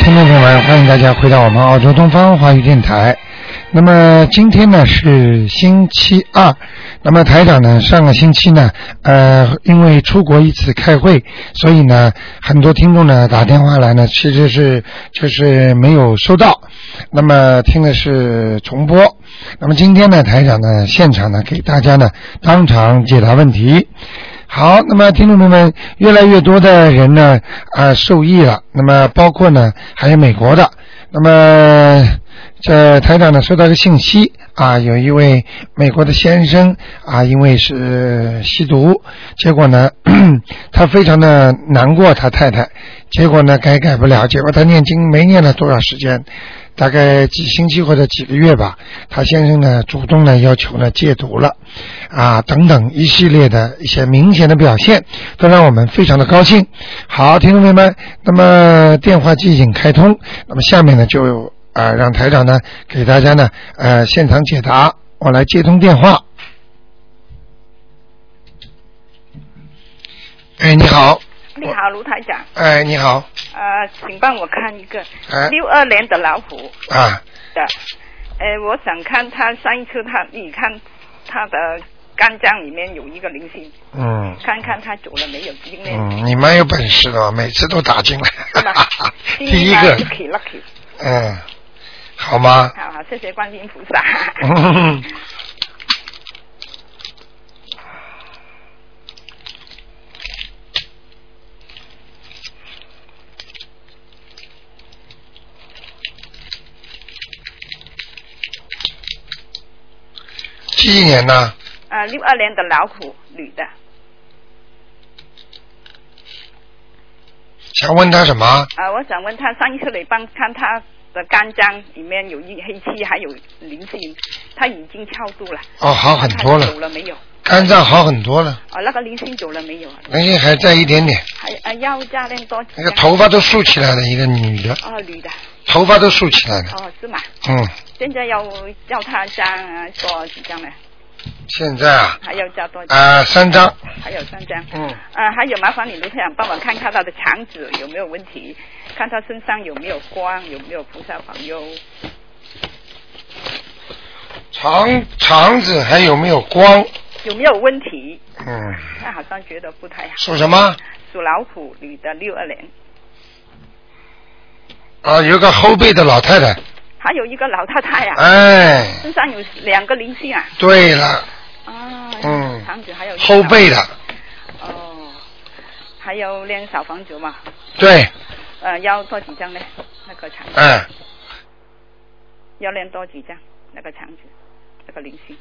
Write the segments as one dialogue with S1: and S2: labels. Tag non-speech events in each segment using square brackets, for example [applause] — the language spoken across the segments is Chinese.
S1: 听众朋友们，欢迎大家回到我们澳洲东方华语电台。那么今天呢是星期二，那么台长呢上个星期呢，呃，因为出国一次开会，所以呢很多听众呢打电话来呢，其实是就是没有收到，那么听的是重播。那么今天呢台长呢现场呢给大家呢当场解答问题。好，那么听众朋友们，越来越多的人呢啊、受益了，那么包括呢还有美国的，那么。这台长呢收到一个信息啊，有一位美国的先生啊，因为是吸毒，结果呢， [clears throat] 他非常的难过，他太太，结果呢改改不了，结果他念经没念了多少时间，大概几星期或者几个月吧，他先生呢主动呢要求呢戒毒了，啊等等一系列的一些明显的表现，都让我们非常的高兴。好，听众朋友们，那么电话机已经开通，那么下面呢就有。啊，让台长呢给大家呢呃现场解答。我来接通电话。哎，你好，
S2: 你好，卢台长，
S1: 哎，你好，
S2: 呃，请帮我看一个
S1: 哎
S2: 六二年的老虎
S1: 啊，
S2: 的，呃，我想看他上一次他，你看他的肝脏里面有一个灵性，
S1: 嗯
S2: 看看他走了没有？今天、
S1: 嗯，你蛮有本事的，每次都打进来
S2: 是吧，
S1: [laughs] 第一
S2: 个
S1: 个，
S2: lucky lucky，
S1: 嗯，好吗？
S2: 好好，谢谢观世音菩萨。
S1: 嗯几几年呢？
S2: [laughs] 呃，六二年的老虎，女的，
S1: 想问他什么？
S2: 呃，我想问他上一次你帮看他的肝脏里面有一黑气，还有灵性，他已经超度了，
S1: 哦，好很多
S2: 看他走
S1: 了，
S2: 了没有？
S1: 肝脏好很多了，
S2: 哦，那个灵性走了没有啊？
S1: 那些还在一点点。
S2: 还啊要加量多几
S1: 那个
S2: 张
S1: 头发都竖起来了，一个女的，
S2: 哦，女的
S1: 头发都竖起来了。
S2: 哦，是吗？
S1: 嗯，
S2: 现在要要他加多几张呢？
S1: 现在啊，
S2: 还要加多几
S1: 啊、三张。
S2: 还有三张。
S1: 嗯，
S2: 啊，还有麻烦你卢太阳帮我看看他的肠子有没有问题，看他身上有没有光，有没有菩萨保佑。
S1: 肠肠子还有没有光？
S2: 有没有问题？
S1: 嗯，
S2: 他好像觉得不太好。
S1: 属什么？
S2: 属老虎，女的，六二年。
S1: 啊，有个后背的老太太。
S2: 还有一个老太太啊，
S1: 哎，
S2: 身上有两个灵性啊。
S1: 对了，
S2: 啊。
S1: 嗯
S2: 肠子还有。
S1: 后背。的，
S2: 哦。还有练小房子嘛？
S1: 对，
S2: 呃，要多几张呢？那个肠子
S1: 哎，
S2: 要练多几张？那个肠子，那个灵性。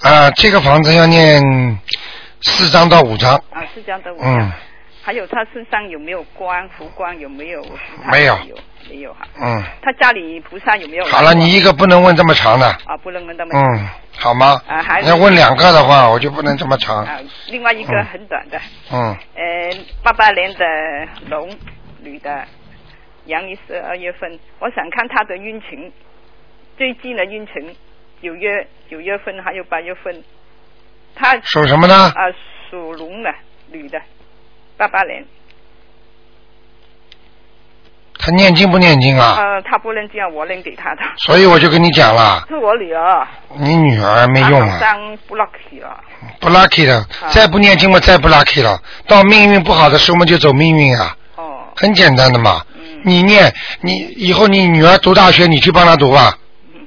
S1: 啊，这个房子要念四张到五张。
S2: 啊，是这样的。我
S1: 嗯
S2: 还有他身上有没有光福光？有没有菩萨？
S1: 没有
S2: 有，没有哈。
S1: 嗯，
S2: 他家里菩萨有没有来过？
S1: 好了，你一个不能问这么长的，
S2: 啊，不能问那么。
S1: 嗯，好吗？
S2: 啊还有
S1: 你要问两个的话，我就不能这么长。
S2: 啊，另外一个
S1: 嗯
S2: 很短的，
S1: 嗯，
S2: 呃，八八年的龙女的，阳历十二月份，我想看她的运程，最近的运程，九月九月份还有八月份，她
S1: 属什么呢？
S2: 啊属龙的女的，八八年，
S1: 他念经不念经啊？
S2: 呃，她不能这样，我能给她的，
S1: 所以我就跟你讲了，
S2: 是我女儿，
S1: 你女儿没用
S2: 她好
S1: 啊，
S2: 像不 lucky 了，
S1: 不 lucky
S2: 啊
S1: 的，再不念经嘛，再不 lucky 了，到命运不好的时候嘛，就走命运啊，
S2: 哦，
S1: 很简单的嘛。
S2: 嗯
S1: 你念，你以后你女儿读大学，你去帮她读吧，
S2: 嗯，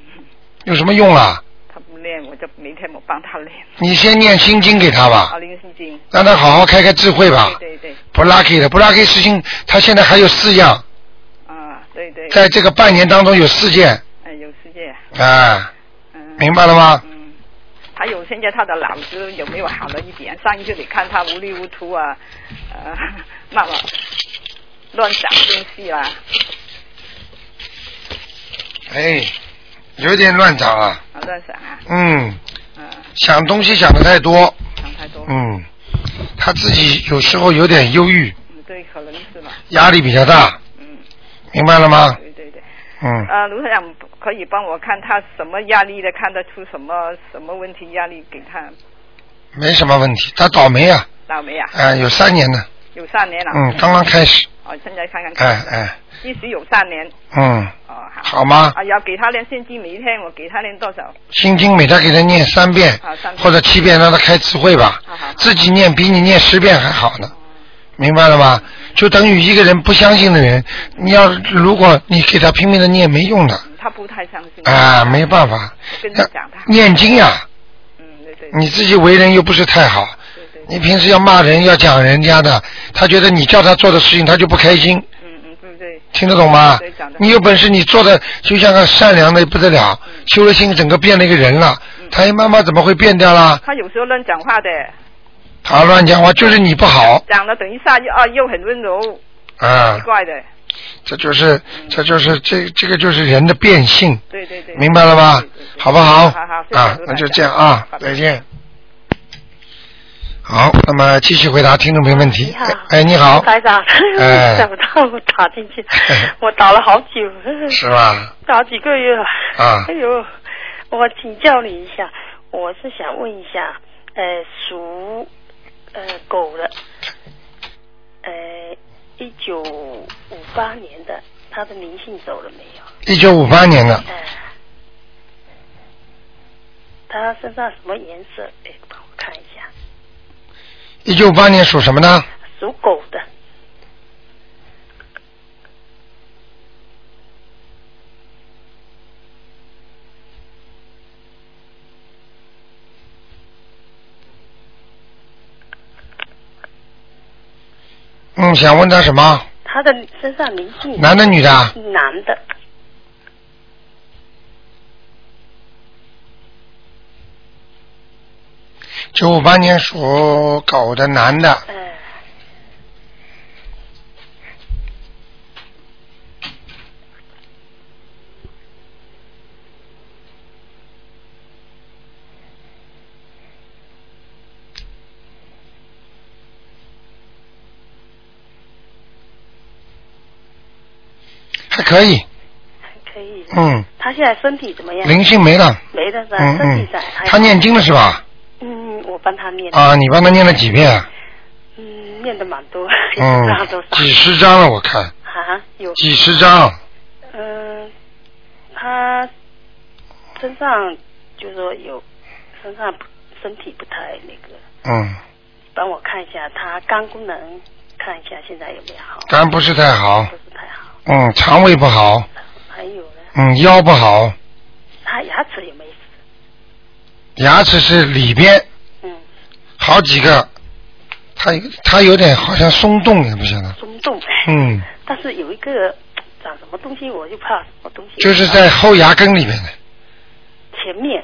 S1: 有什么用啊？
S2: 她不练，我就每天我帮她练，
S1: 你先念心经给她吧
S2: 啊，，林心经，
S1: 让她好好开开智慧吧。
S2: 对对对，
S1: 不 lucky 的，不 lucky 事情，她现在还有四样，
S2: 啊，对对，
S1: 在这个半年当中有四件，
S2: 哎，有世界，
S1: 啊，
S2: 嗯。
S1: 明白了吗？
S2: 嗯，还有现在他的脑子有没有好了一点？上一次你看他无利无图啊，呃， [laughs] 那么乱想东西啊啦，嗯
S1: 哎，有点乱长啊，
S2: 啊乱想啊，
S1: 嗯，
S2: 嗯、
S1: 想东西想的太多，
S2: 想太多，
S1: 嗯，他自己有时候有点忧郁，
S2: 嗯，对，可能是吧，
S1: 压力比较大，
S2: 嗯，
S1: 明白了吗？
S2: 对对对。
S1: 嗯，
S2: 呃，卢台长可以帮我看他什么压力的，看得出什么什么问题压力给他
S1: 没什么问题。他倒霉啊，
S2: 倒霉啊？
S1: 哎、有三年呢，
S2: 有三年了。
S1: 嗯，刚刚开始，
S2: 哦，现在看看
S1: 哎
S2: 看，
S1: 哎，
S2: 即使有三年，
S1: 嗯，
S2: 哦好。
S1: 好吗？
S2: 啊，要给他练现金每一天，我给他练多少？
S1: 心经每天给他念三遍
S2: 好啊三遍啊
S1: 或者七遍，让他开智慧吧
S2: 好好好。
S1: 自己念比你念十遍还好呢，明白了吗？
S2: 嗯
S1: 就等于一个人不相信的人，你要如果你给他拼命的念没用的
S2: 嗯他不太相信。
S1: 啊，没办法。
S2: 跟
S1: 那
S2: 他讲他，
S1: 念经呀、
S2: 嗯，对对
S1: 你自己为人又不是太好，
S2: 对对，
S1: 你平时要骂人要讲人家的，他觉得你叫他做的事情他就不开心，
S2: 嗯嗯，对对，
S1: 听得懂吗
S2: 对讲得？嗯
S1: 你有本事你做的就像个善良的不得了，修了心整个变了一个人了，他妈妈怎么会变掉啦？
S2: 他有时候乱讲话的，
S1: 他乱讲话就是你不好
S2: 讲了等一下又啊又很温柔，
S1: 哦啊
S2: 奇，怪的，
S1: 这就是这就是这这个就是人的变性，
S2: 对对对，
S1: 明白了吧
S2: 对对？对
S1: 好不好？
S2: 好好谢谢
S1: 啊
S2: 卢
S1: 那
S2: 台，长
S1: 就这样啊
S2: 好，的
S1: 再见。好，那么继续回答听众朋友问题
S3: 你好。
S1: 哎，你好，
S3: 台长，
S1: 哎
S3: [laughs] 想不到我打进
S1: [laughs]
S3: 去，我打了好久，
S1: 是吧？
S3: 打几个月了。
S1: 啊
S3: 哎呦，我请教你一下，我是想问一下，呃，属呃狗的，呃，一九五八年的，他的灵性走了没有？
S1: 一九五八年的，
S3: 呃，他身上什么颜色？哎，帮我看一下，
S1: 一九五八年属什么呢？
S3: 属狗的，
S1: 嗯，想问他什么？
S3: 他的身上灵性
S1: 男的女的啊？
S3: 男的，
S1: 九五八年属狗的男的，
S3: 呃。
S1: 还可以，
S3: 可以。
S1: 嗯，
S3: 他现在身体怎么样？
S1: 灵性没了，
S3: 没的是吧？
S1: 嗯
S3: 身体
S1: 嗯
S3: 在。，
S1: 他念经了是吧？
S3: 嗯，我帮他念。
S1: 啊，你帮他念了几遍啊？
S3: 嗯，念的蛮 [laughs] 多，
S1: 嗯
S3: 也不知道多，少
S1: 几十张了，我看
S3: 啊？有。
S1: 几十张，
S3: 嗯，他身上就说有身上不身体不太那个，
S1: 嗯，
S3: 帮我看一下他肝功能，看一下现在有没有好，
S1: 肝不是太好
S3: 不，是太好。
S1: 嗯，肠胃不好，
S3: 还有呢，
S1: 嗯，腰不好，
S3: 他牙齿有没有事？
S1: 牙齿是里边
S3: 嗯，
S1: 好几个，他他有点好像松动，也不晓得，
S3: 松动。 [laughs]
S1: 嗯，
S3: 但是有一个长什么东西，我就怕什么东西。
S1: 就是在后牙根里面的
S3: 前面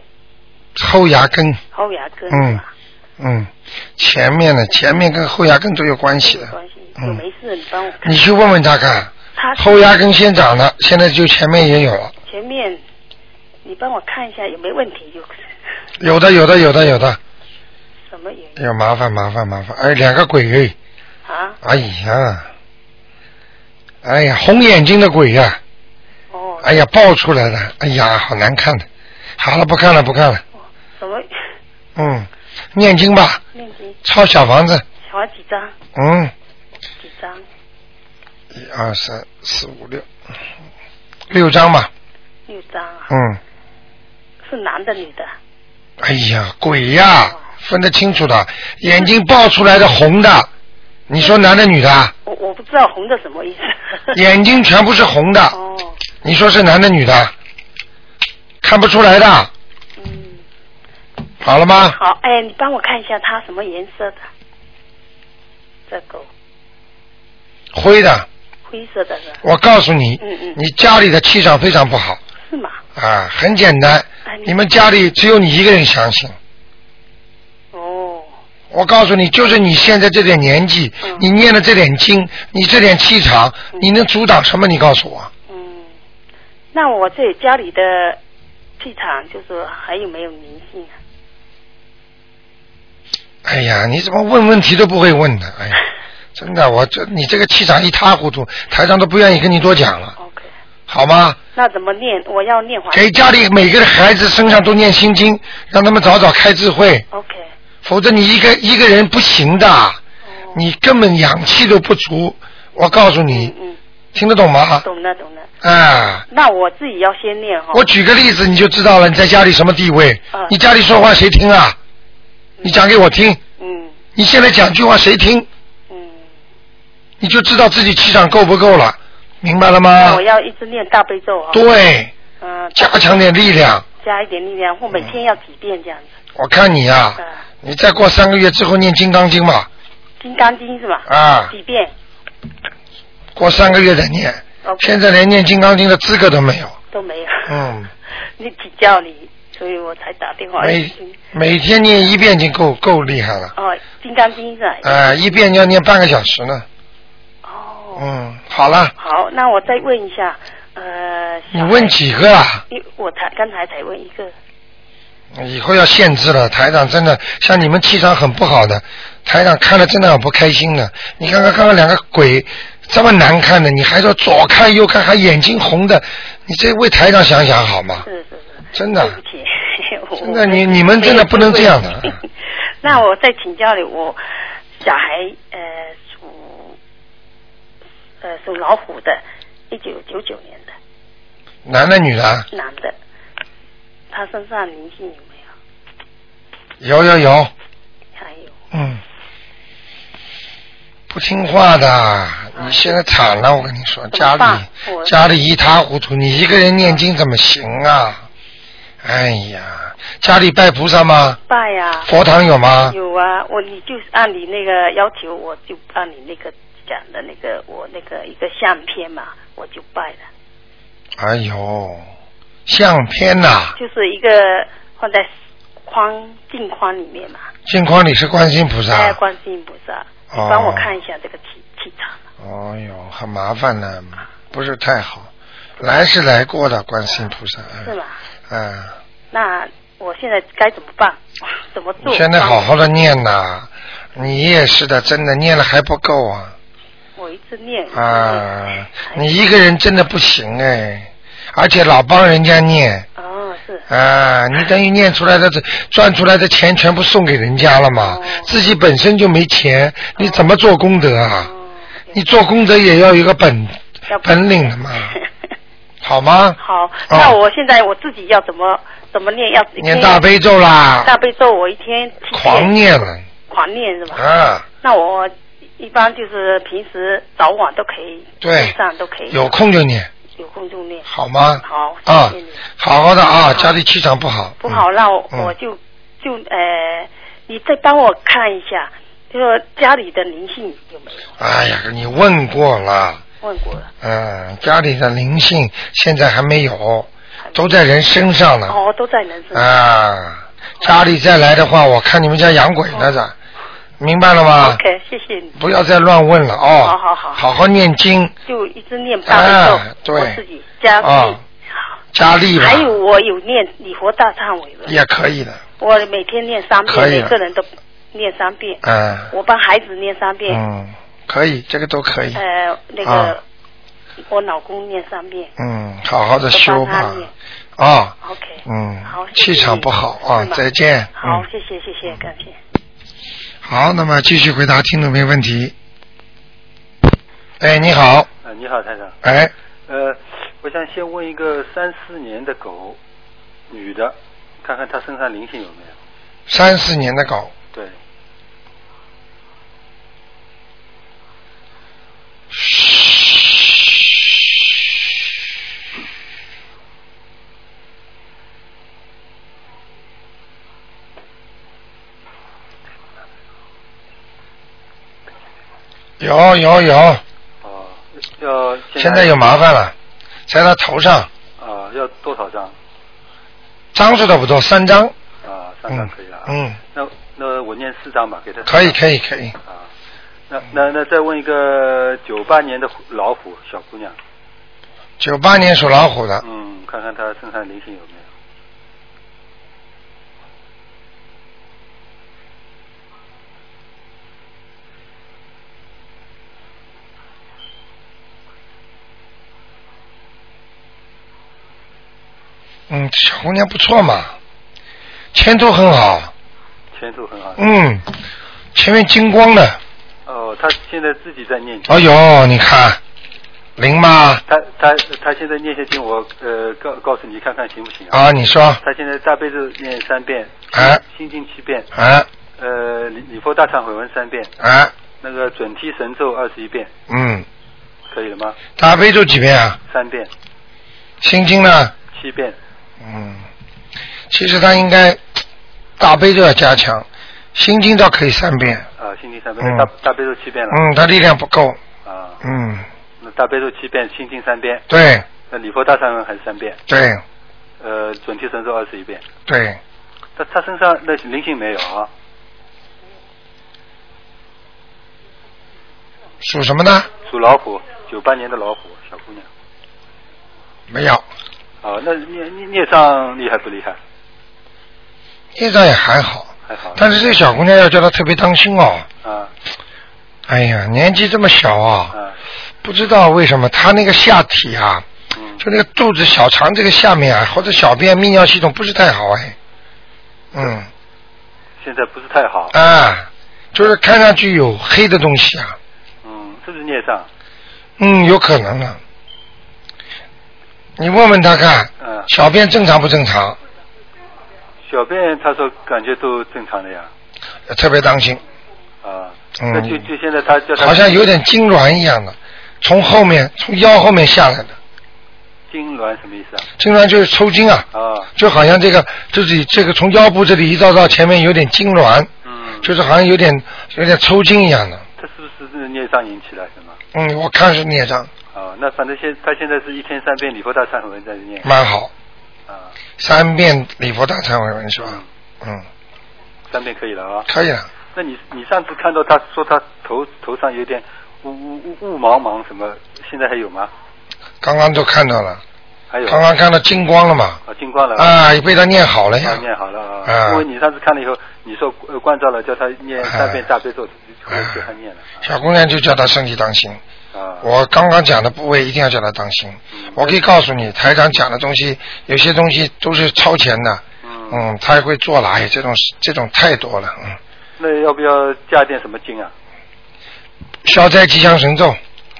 S1: 后牙根，
S3: 后牙根
S1: 嗯
S3: 是吧？
S1: 嗯，前面的前面跟后牙根都有关系
S3: 没
S1: 的，
S3: 关系，
S1: 嗯
S3: 有没事你帮我看。
S1: 你去问问他看，
S3: 他
S1: 后牙根先长的，现在就前面也有了，
S3: 前面，你帮我看一下有没有问题，有
S1: 有的有的有的有的，
S3: 什么原
S1: 哎
S3: 因
S1: 呦麻烦麻烦麻烦，哎两个鬼哎。
S3: 啊？
S1: 哎呀，哎呀，红眼睛的鬼呀、
S3: 哦，
S1: 哎呀，爆出来了！哎呀，好难看的。好了，不看了，不看了。[laughs]
S3: 什么
S1: 嗯，念经吧，
S3: 面积
S1: 抄小房子。
S3: 小几张？
S1: 嗯，
S3: 几张？
S1: 一二三四五六，六张吧。
S3: 六张啊？
S1: 嗯，
S3: 是男的女的？
S1: 哎呀，鬼呀、分得清楚的，眼睛爆出来的红的，你说男的女的啊？
S3: 我我不知道红的什
S1: [laughs]
S3: 么意思。 [laughs]
S1: 眼睛全部是红的，
S3: 哦，
S1: 你说是男的女的？看不出来的，
S3: 嗯，
S1: 好了吗？
S3: 好，哎，你帮我看一下它什么颜色的？这狗
S1: 灰的。
S3: 灰色的是吧？
S1: 我告诉你，
S3: 嗯嗯
S1: 你家里的气场非常不好
S3: 是吗？
S1: 啊，很简单
S3: 哎，你
S1: 你们家里只有你一个人相信。
S3: 哦，
S1: 我告诉你，就是你现在这点年纪，
S3: 嗯
S1: 你念的这点经，你这点气场，你能阻挡什么？你告诉我，
S3: 嗯，那我这家里的气场就是说还有没有灵性啊？
S1: 哎呀，你怎么问问题都不
S3: [laughs]
S1: 会问的？哎呀，真的，我这你这个气场一塌糊涂，台上都不愿意跟你多讲了。
S3: 哦，
S1: 好吗？
S3: 那怎么念？我要念完。
S1: 给家里每个孩子身上都念心经，让他们早早开智慧，
S3: OK，
S1: 否则你一个一个人不行的，
S3: 哦，
S1: 你根本阳气都不足。我告诉你
S3: 嗯，嗯，
S1: 听得懂吗？
S3: 懂了懂了。
S1: 啊，
S3: [laughs] 那我自己要先念哈。
S1: 我举个例子你就知道了，你在家里什么地位
S3: 哦嗯？
S1: 你家里说话谁听啊？你讲给我听，
S3: 嗯
S1: 你现在讲句话谁听，
S3: 嗯，
S1: 你就知道自己气场够不够了，明白了
S3: 那
S1: 吗
S3: 我？要一直念大悲咒哈。啊
S1: 对，
S3: 嗯，
S1: 加强点力量。
S3: 加一点力量，或每天要几遍这样子。
S1: 我看你啊，
S3: 嗯，
S1: 你再过三个月之后念金刚经吧，
S3: 金刚经是吧？
S1: 啊，
S3: 几遍
S1: 过三个月再念。
S3: ？OK，
S1: 现在连念金刚经的资格都没有。
S3: 都没有。
S1: 嗯，
S3: 你请教你，所以我才打电话。
S1: 每每天念一遍已经够够厉害了。
S3: 哦，金刚经是吧？
S1: 呃，一遍要念半个小时呢。
S3: 哦，
S1: 嗯，好了，
S3: 好，那我再问一下，呃，
S1: 你
S3: 小孩
S1: 问几个啊？
S3: 因为我才刚才才问一个，
S1: 以后要限制了，台长真的像你们气场很不好的，台长看了真的很不开心的。你看看刚刚两个鬼这么难看的，你还说左看右看还眼睛红的，你这为台长想想好吗？
S3: 是是是，
S1: 真的
S3: 对不起，我
S1: 真的你你们真的不能这样的
S3: 没有机会那我再请教你，我小孩呃属呃属老虎的，一九九九年的
S1: 男的女啊的？
S3: 男的，他身上灵性有没
S1: 有
S3: 有？
S1: 有有，
S3: 还有
S1: 嗯，不听话的，你现在惨了，我跟你说，
S3: 啊怎么
S1: 家里
S3: 办我嗯
S1: 家里一塌糊涂，你一个人念经怎么行啊？哎呀，家里拜菩萨吗？
S3: 拜呀、
S1: 佛堂有吗？
S3: 有啊，我你就是按你那个要求，我就按你那个讲的那个我那个一个相片嘛，我就拜了。
S1: 哎呦，相片呐、
S3: 就是一个放在框镜框里面嘛，
S1: 镜框里是观世音菩萨。
S3: 哎，观世音菩萨，你
S1: 哦
S3: 帮我看一下这个气气场。
S1: 哎呦，很麻烦的，不是太好。来是来过的观世音菩萨，
S3: 是
S1: 哎
S3: 吧？
S1: 哎，
S3: 那我现在该怎么办？ [laughs] 怎么做？
S1: 你现在好好的念呐、
S3: 啊
S1: 你也是的，真的念了还不够啊。
S3: 我一直念。
S1: 啊，你
S3: 一直念
S1: 一个人真的不行哎，而且老帮人家念
S3: 哎哦是
S1: 啊，你等于念出来的这赚出来的钱全部送给人家了嘛
S3: 哦，
S1: 自己本身就没钱，你怎么做功德啊？
S3: 哦，
S1: 你做功德也要有一个本
S3: 要不
S1: 本领的
S3: [laughs]
S1: 嘛，好吗？
S3: 好，那我现在我自己要怎么怎么念？要
S1: 念大悲咒啦，
S3: 大悲咒，我一天七遍
S1: 狂念了
S3: 狂念是吧？
S1: 啊，
S3: 那我一般就是平时早晚都可以，
S1: 对
S3: 路上都可以，
S1: 有空就念，
S3: 有空就念。
S1: 好吗？
S3: 好，
S1: 啊
S3: 谢谢你。，
S1: 好好的啊，
S3: 好
S1: 家里气场不好，
S3: 不好，
S1: 嗯
S3: 那我
S1: 嗯
S3: 我就就呃，你再帮我看一下，就说家里的灵性有没有？
S1: 哎呀，你问过了。
S3: 问过了，
S1: 嗯，家里的灵性现在还没有，都在人身上呢。
S3: 哦，都在人身上。
S1: 啊，家里再来的话，我看你们家养鬼呢，
S3: 哦
S1: 咋？明白了吗？
S3: OK，谢谢你，
S1: 不要再乱问了哦。
S3: 哦好好好
S1: 好好念经，
S3: 就一直念大悲
S1: 啊
S3: 咒，
S1: 对
S3: 我自己加
S1: 哦
S3: 力。好
S1: 加力吧。
S3: 还有我有念礼佛大忏悔文，
S1: 也可以的，
S3: 我每天念三遍，
S1: 可以
S3: 每
S1: 了
S3: 个人都念三遍，
S1: 嗯
S3: 我帮孩子念三遍，
S1: 嗯，可以，这个都可以。
S3: 呃，那
S1: 啊
S3: 个我老公念三遍，
S1: 嗯，好好的
S3: 我
S1: 修
S3: 帮
S1: 吧
S3: 他。念。
S1: 啊，
S3: OK，
S1: 嗯
S3: 好，谢谢
S1: 气
S3: 你
S1: 场不好啊
S3: 是，吗
S1: 再见。
S3: 好
S1: 嗯，
S3: 谢谢谢谢，感谢。
S1: 好，那么继续回答听众朋友问题。哎，你好，
S4: 呃，你好，台长。
S1: 哎，
S4: 呃，我想先问一个三四年的狗，女的，看看她身上灵性有没有？
S1: 三四年的狗，
S4: 对，
S1: 有有有，
S4: 哦、要
S1: 现在有麻烦了，在他头上，
S4: 啊、要多少张？
S1: 张数都不多，三张，
S4: 啊、三张
S1: 嗯
S4: 可以了啊。
S1: 嗯，
S4: 那那我念四张吧，给她。
S1: 可以可以可以，
S4: 啊，那那那再问一个九八年的虎老虎小姑娘，
S1: 九八年属老虎的，
S4: 嗯，看看她身上灵性有没有？
S1: 嗯，小姑娘不错嘛，前途很好，
S4: 前途很好。
S1: 嗯，前面金光的。
S4: 哦，他现在自己在念经。
S1: 哎呦，你看，灵吗？
S4: 他他他现在念些经，我呃告告诉你看看行不行啊？
S1: 啊，你说，
S4: 他现在大悲咒念三遍，
S1: 哎
S4: 心经七遍，
S1: 哎
S4: 呃礼礼佛大忏悔文三遍，
S1: 哎，
S4: 那个准提神咒二十一遍，
S1: 嗯，
S4: 可以了吗？
S1: 大悲咒几遍啊？
S4: 三遍、
S1: 心经呢？
S4: 七遍，
S1: 嗯，其实他应该大悲咒要加强，心经倒可以三遍。
S4: 啊，心经三遍，
S1: 嗯
S4: 大大悲咒七遍了，
S1: 嗯，他力量不够。
S4: 啊，
S1: 嗯，
S4: 那大悲咒七遍，心经三遍，
S1: 对
S4: 那礼佛大忏悔文还是三遍，
S1: 对
S4: 呃准提神咒二十一遍，
S1: 对，
S4: 他他身上那灵性没有啊？
S1: 属什么呢？
S4: 属老虎，九八年的老虎，小姑娘。
S1: 没有，
S4: 啊，那孽孽孽障厉害不厉害？
S1: 业障也还好，
S4: 还好。
S1: 但是这小姑娘要叫她特别当心哦。
S4: 啊
S1: 哎呀，年纪这么小啊，
S4: 啊
S1: 不知道为什么她那个下体啊，
S4: 嗯
S1: 就那个肚子小肠这个下面啊，或者小便泌尿系统不是太好哎。嗯
S4: 现在不是太好。
S1: 啊，就是看上去有黑的东西啊，
S4: 嗯，是不是孽障？
S1: 嗯，有可能啊。你问问她看，
S4: 嗯，
S1: 小便正常不正常？
S4: 小便他说感觉都正常的呀。
S1: 特别当心，
S4: 啊，
S1: 嗯
S4: 那就就现在他叫他
S1: 好像有点痉挛一样的，从后面从腰后面下来的，
S4: 痉挛什么意思啊？
S1: 痉挛就是抽筋啊，
S4: 啊，
S1: 就好像这个自己这个从腰部这里一到到前面有点痉挛，
S4: 嗯，
S1: 就是好像有点有点抽筋一样的。
S4: 他是不是是孽障引起来什么？
S1: 嗯，我看是孽障，
S4: 啊，那反正现他现在是一天三遍礼佛大忏悔文在念
S1: 蛮好，
S4: 啊，
S1: 三遍礼佛大忏悔文是吧？嗯，
S4: 三遍可以了啊。
S1: 可以了。
S4: 那你你上次看到他说他头头上有点雾雾雾雾茫茫什么，现在还有吗？
S1: 刚刚都看到了，
S4: 还有
S1: 刚刚看到金光了嘛？
S4: 啊，金光了
S1: 啊，也被他念好了
S4: 啊，
S1: 呀。
S4: 念好了啊，
S1: 啊
S4: 因为你上次看了以后，你说呃关照了，叫他念三遍大悲咒，就
S1: 啊
S4: 给他念了
S1: 小姑娘就叫她身体当心。
S4: 啊。
S1: 我刚刚讲的部位一定要叫他当心。我可以告诉你，台长讲的东西，有些东西都是超前的。
S4: 嗯
S1: 嗯，他也会做来，这种这种太多了。嗯，
S4: 那要不要加点什么经啊？
S1: 消灾吉祥神咒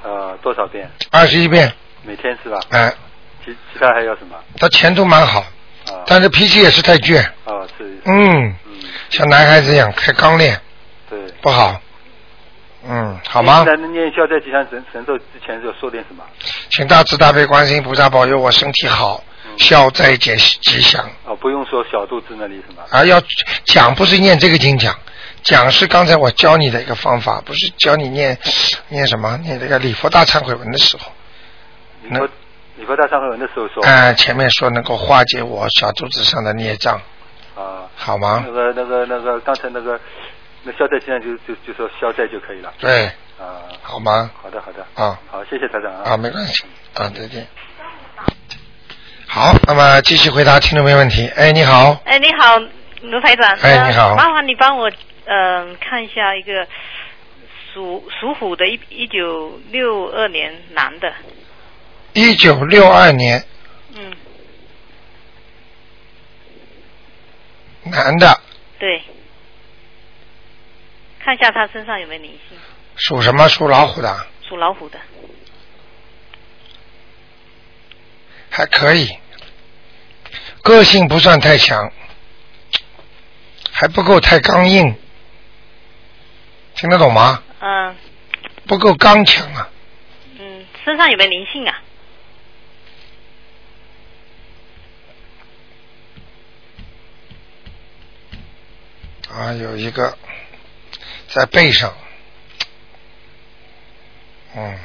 S4: 啊，多少遍？
S1: 二十一遍，
S4: 每天是吧？
S1: 哎，
S4: 其其他还要什么？
S1: 他前途蛮好，
S4: 啊
S1: 但是脾气也是太倔。
S4: 啊是
S1: 嗯，
S4: 嗯
S1: 像男孩子一样太刚烈，
S4: 对。
S1: 不好。嗯，好吗
S4: 那？那念消灾吉祥神神咒之前就说点什么？
S1: 请大慈大悲观世音菩萨保佑我身体好，
S4: 嗯
S1: 消灾吉吉祥。
S4: 哦，不用说小肚子那里什么。
S1: 啊，要讲不是念这个经讲，讲是刚才我教你的一个方法，不是教你念念什么念这个礼佛大忏悔文的时候，
S4: 你说你说大忏悔文的时候说
S1: 哎、前面说能够化解我小肚子上的孽障，
S4: 啊，
S1: 好吗
S4: 那？个那个那个刚才那个那消灾吉祥就就就说消灾就可以了
S1: 对，
S4: 啊。
S1: 好吗？
S4: 好的好的，
S1: 啊
S4: 好，谢谢台长
S1: 啊，没关系啊，再见。好，那么继续回答听众没问题。哎，你好，
S5: 哎，你好，卢台长。
S1: 哎你好
S5: 呃麻烦你帮我嗯、呃看一下一个属属虎的一一九六二年男的，
S1: 一九六二年
S5: 嗯，
S1: 男的，
S5: 对，看一下他身上有没有灵性，
S1: 属什么？属老虎的，
S5: 属老虎的，
S1: 还可以，个性不算太强，还不够太刚硬，听得懂吗？
S5: 嗯、
S1: 不够刚强啊，
S5: 嗯，身上有没有灵性啊？
S1: 啊，有一个在背上，嗯，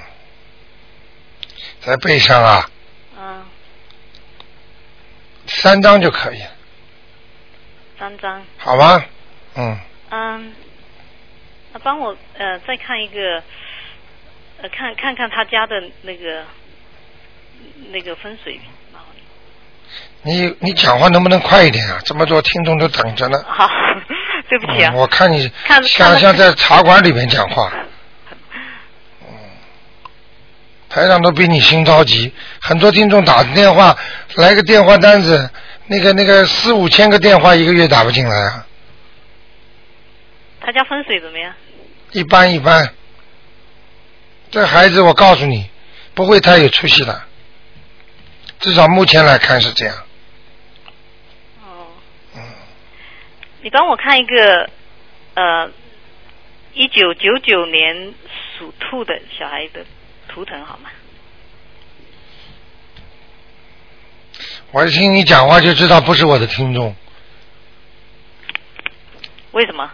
S1: 在背上啊，
S5: 嗯、
S1: 三张就可以，
S5: 张张，
S1: 好吗？嗯，
S5: 嗯，那帮我呃再看一个，呃看看看他家的那个那个风水，麻烦你。
S1: 你你讲话能不能快一点啊？这么多听众都等着呢。
S5: 好， [laughs] 对不起啊
S1: 嗯，我看你
S5: 看
S1: 像
S5: 看 [laughs]
S1: 像在茶馆里面讲话。嗯，台长都比你心着急，很多听众打电话来个电话单子，那个那个四五千个电话一个月打不进来啊，
S5: 他家风水怎么样？
S1: 一般一般。这孩子我告诉你，不会太有出息的，至少目前来看是这样。
S5: 哦，你帮我看一个，呃，一九九九年属兔的小孩的图腾好吗？
S1: 我一听你讲话就知道不是我的听众，
S5: 为什么？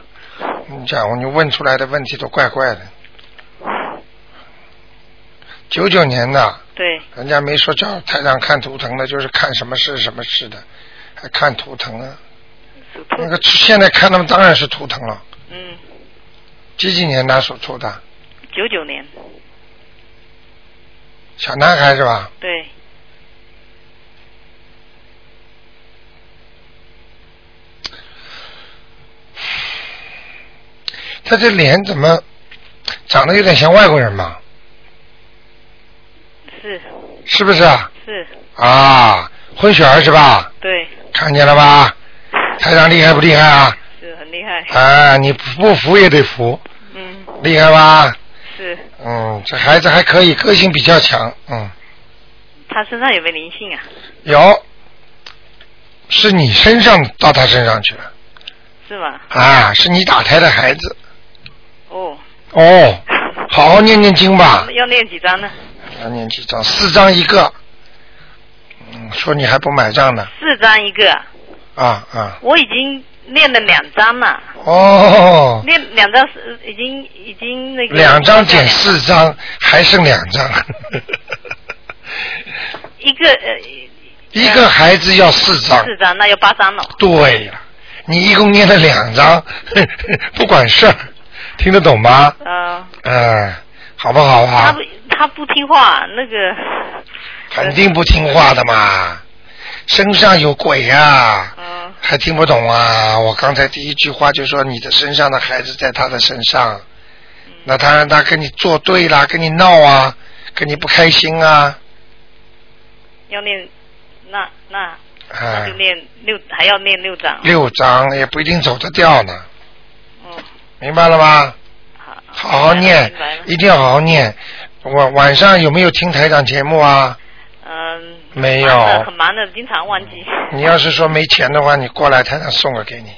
S1: 你讲你问出来的问题都怪怪的。九九年的，
S5: 对，
S1: 人家没说叫台长看图腾的，就是看什么是什么事的，还看图腾啊？
S5: 属兔
S1: 那，个现在看他们当然是图腾了。
S5: 嗯，
S1: 几几年拿手出的？
S5: 九九年，
S1: 小男孩是吧？
S5: 对，
S1: 他这脸怎么长得有点像外国人嘛？
S5: 是
S1: 是不是啊？
S5: 是，
S1: 啊，混血儿是吧？
S5: 对，
S1: 看见了吧？台长厉害不厉害啊？
S5: 是很厉害，
S1: 啊，你不服也得服，
S5: 嗯，
S1: 厉害吧？
S5: 是，
S1: 嗯，这孩子还可以，个性比较强，嗯，
S5: 他身上有没有灵性啊？
S1: 有，是你身上到他身上去了
S5: 是吗？
S1: 啊，是你打胎的孩子
S5: 哦，
S1: 哦，好好念念经吧，
S5: 要念几张呢？
S1: 要念几张？四张一个，嗯，说你还不买账呢，
S5: 四张一个啊，
S1: 啊啊，
S5: 我已经念了两张了，
S1: 哦，
S5: 念两张是已经已经那个
S1: 两张减四张，还剩两张，
S5: [laughs] 一个呃
S1: 一个孩子要四张，
S5: 四张，那要八张了。
S1: 对呀、你一共念了两张， [laughs] 不管事儿，听得懂吗？
S5: [laughs] 呃，
S1: 嗯，好不好
S5: 他
S1: 啊
S5: 不？他不听话，那个
S1: 肯定不听话的嘛，身上有鬼呀、
S5: 嗯
S1: 还听不懂啊？我刚才第一句话就说你的身上的孩子在他的身上，
S5: 嗯
S1: 那当然他跟你作对啦，跟你闹啊，跟你不开心啊，
S5: 要念，那那
S1: 啊
S5: 就，念六，还要念六张。哦
S1: 六张也不一定走得掉呢，
S5: 嗯，
S1: 明白了吗？
S5: 好。
S1: 好好念
S5: 明白了，
S1: 一。定要好好念。晚晚上有没有听台长节目啊？
S5: 嗯。
S1: 没
S5: 忙的
S1: 有
S5: 很忙的，经常忘记。
S1: 你要是说没钱的话，你过来台长送个给你，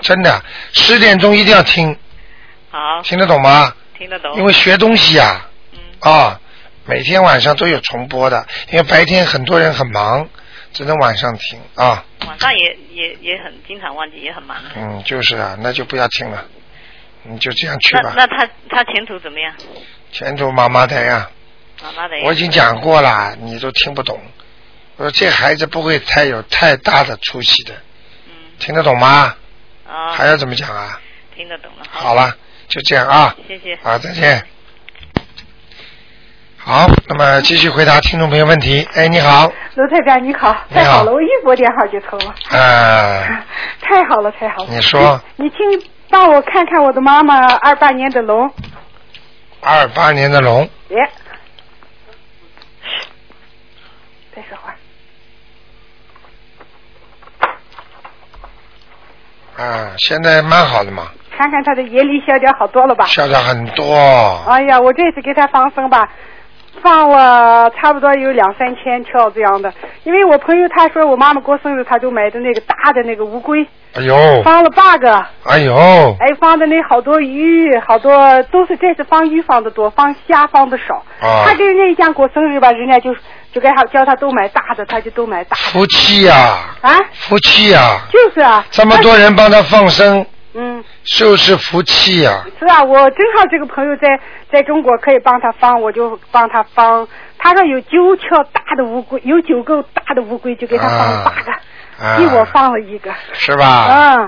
S1: 真的。十点钟一定要听，
S5: [laughs] 好，
S1: 听得懂吗？
S5: 听得懂。
S1: 因为学东西啊，
S5: 嗯
S1: 啊，每天晚上都有重播的，因为白天很多人很忙，只能晚上听啊。
S5: 晚上也也也很经常忘记，也很忙的。
S1: 嗯，就是啊，那就不要听了，你就这样去
S5: 那
S1: 吧。
S5: 那他他前途怎么样？
S1: 前途麻麻的呀。
S5: 妈妈的。
S1: 我已经讲过了，你都听不懂。我说这孩子不会太有太大的出息的，
S5: 嗯
S1: 听得懂吗？
S5: 啊，
S1: 还要怎么讲啊？
S5: 听得懂了。
S1: 好，了，就这样啊，
S5: 谢谢。
S1: 好，再见。好，那么继续回答听众朋友问题。哎，你好，
S6: 卢台长你好，
S1: 你好
S6: 太好了，我一拨电话就通了，
S1: 啊，
S6: 太好了，太好了。
S1: 你说
S6: 你，你请帮我看看我的妈妈二八年的龙，
S1: 二八年的龙，
S6: 耶，别说话，
S1: 啊，现在蛮好的嘛，
S6: 看看她的眼里小点好多了吧？
S1: 效的很多。
S6: 哎呀，我这次给她放生吧，放了差不多有两三千条这样的，因为我朋友他说我妈妈过生日，他就买的那个大的那个乌龟，
S1: 哎呦，
S6: 放了八个。
S1: 哎呦，
S6: 哎，放的那好多鱼，好多都是这次放鱼放的多，放虾放的少。
S1: 啊
S6: 他跟人家一讲过生日吧，人家就就给他叫他都买大的，他就都买大的
S1: 福气呀、
S6: 啊，
S1: 福气呀、
S6: 就是啊。
S1: 这么多人帮他放生，
S6: 嗯，
S1: 就是福气呀、
S6: 是啊，我正好这个朋友在在中国可以帮他放，我就帮他放。他说有九条大的乌龟，有九个大的乌龟，就给他放了八个，
S1: 啊
S6: 比我放了一个。
S1: 是吧？
S6: 嗯，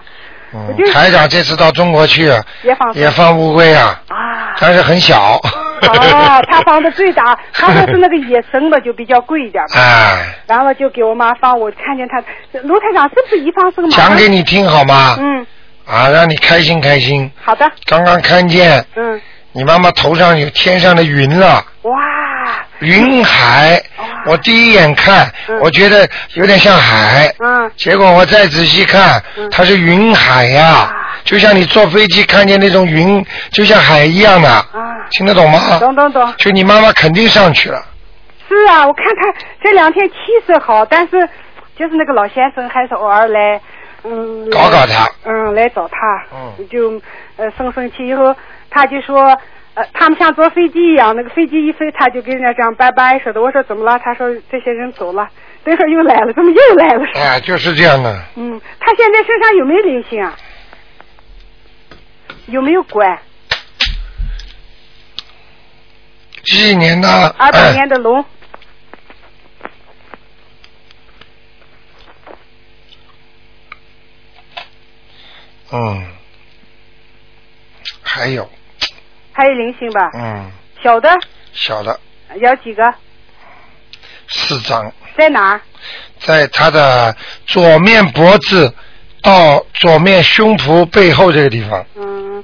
S6: 我
S1: 嗯
S6: 就，是
S1: 台长这次到中国去
S6: 也放
S1: 也放乌龟啊，
S6: 啊。
S1: 但是很小。 [laughs]
S6: 哦，他放的最大，他说是那个野生的就比较贵一点吧。
S1: 哎，
S6: 然后就给我妈放，我看见她，卢台长是不是一放生马上
S1: 讲给你听好吗？
S6: 嗯，
S1: 啊，让你开心开心。
S6: 好的，
S1: 刚刚看见
S6: 嗯，
S1: 你妈妈头上有天上的云了，
S6: 哇，
S1: 云海。我第一眼看，我觉得有点像海，
S6: 嗯，
S1: 结果我再仔细看，它是云海呀、就像你坐飞机看见那种云，就像海一样的，
S6: 啊，
S1: 听得懂吗？
S6: 懂懂懂，
S1: 就你妈妈肯定上去了，
S6: 是啊，我看他这两天气色好，但是就是那个老先生还是偶尔来，嗯，
S1: 搞搞他。
S6: 嗯，来找他，
S1: 嗯
S6: 就呃生生气，以后他就说，呃，他们像坐飞机一样，那个飞机一飞，他就跟人家这样拜拜似的。我说怎么了？他说这些人走了，等会儿又来了，怎么又来了？
S1: 哎，就是这样的。
S6: 嗯，他现在身上有没有灵性啊？有没有鬼？
S1: 几几年的？
S6: 二百年的龙，
S1: 嗯，还有，
S6: 还有灵性吧？
S1: 嗯，
S6: 小的
S1: 小的
S6: 有几个？
S1: 四张，
S6: 在哪儿？
S1: 在他的左面脖子到左面胸脯背后这个地方，
S6: 嗯，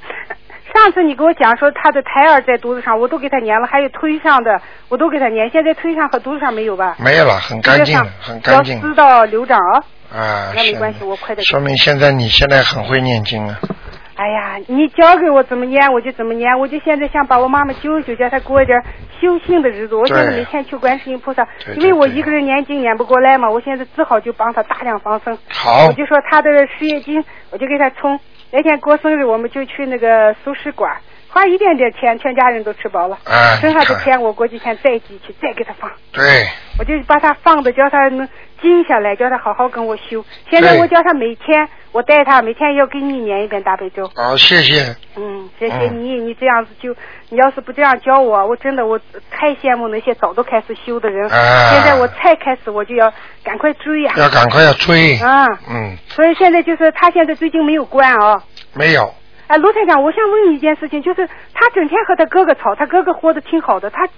S6: 上次你给我讲说他的胎儿在肚子上，我都给他粘了，还有推上的，我都给他粘。现在推上和肚子上没有吧？
S1: 没有了，很干净
S6: 肚子
S1: 了
S6: 上，
S1: 很干净
S6: 要撕到流掌啊！
S1: 啊。
S6: 那没
S1: 现
S6: 关系，我快点。
S1: 说明现在你现在很会念经啊了。
S6: 哎呀，你教给我怎么念，我就怎么念。我就现在想把我妈妈救一救，叫她过一点修行的日子。我现在
S1: 对
S6: 每天求观世音菩萨，
S1: 对对
S6: 因为我一个人念经念不过来嘛，我现在只好就帮她大量放生。
S1: 好
S6: 我，就说他的事业金，我就给他充。那天过生日，我们就去那个素食馆，花一点点钱，全家人都吃饱了。
S1: 哎
S6: 剩下
S1: 你
S6: 的
S1: 看
S6: 钱我过几天再进去，再给他放。
S1: 对，
S6: 我就把他放的，叫他能静下来，叫他好好跟我修。现在
S1: 对
S6: 我叫他每天，我带他每天要给你念一遍大悲咒。
S1: 好，谢谢。
S6: 嗯，谢谢你，你这样子就，你要是不这样教我，我真的我太羡慕那些早都开始修的人。
S1: 哎
S6: 现在我才开始，我就要赶快追呀、
S1: 要赶快要追，
S6: 啊！
S1: 嗯，
S6: 所以现在就是他现在最近没有关啊、
S1: 没有，
S6: 哎，卢台长，我想问你一件事情，就是他整天和他哥哥吵，他哥哥活得挺好的，他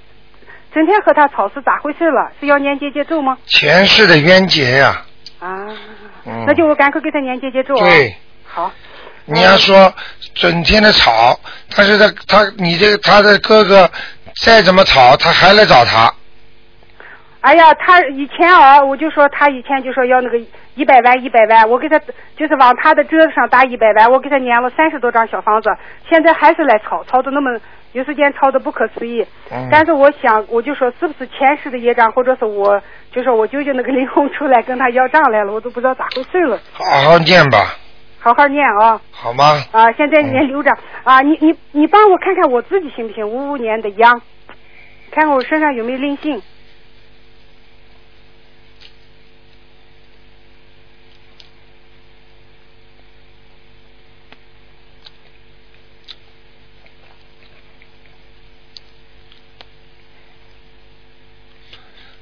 S6: 整天和他吵是咋回事了？是要念姐姐咒吗？
S1: 前世的冤结呀、
S6: 啊，
S1: 嗯，
S6: 那就我赶快给他念姐姐咒啊。
S1: 对。
S6: 好，
S1: 你要说整天的吵，但是他他你这个他的哥哥再怎么吵，他还来找他。
S6: 哎呀，他以前啊，我就说他以前就说要那个一百万一百万，我给他就是往他的桌子上打一百万，我给他念了三十多张小房子，现在还是来吵，吵的那么有时间吵的不可思议。
S1: 嗯
S6: 但是我想，我就说是不是前世的业障，或者是我就说我舅舅那个灵魂出来跟他要账来了，我都不知道咋回事了。
S1: 好好念吧，
S6: 好好念啊
S1: 好吗？
S6: 啊！现在你留着啊，你你你帮我看看我自己行不行？五五年的羊，看看我身上有没有灵性。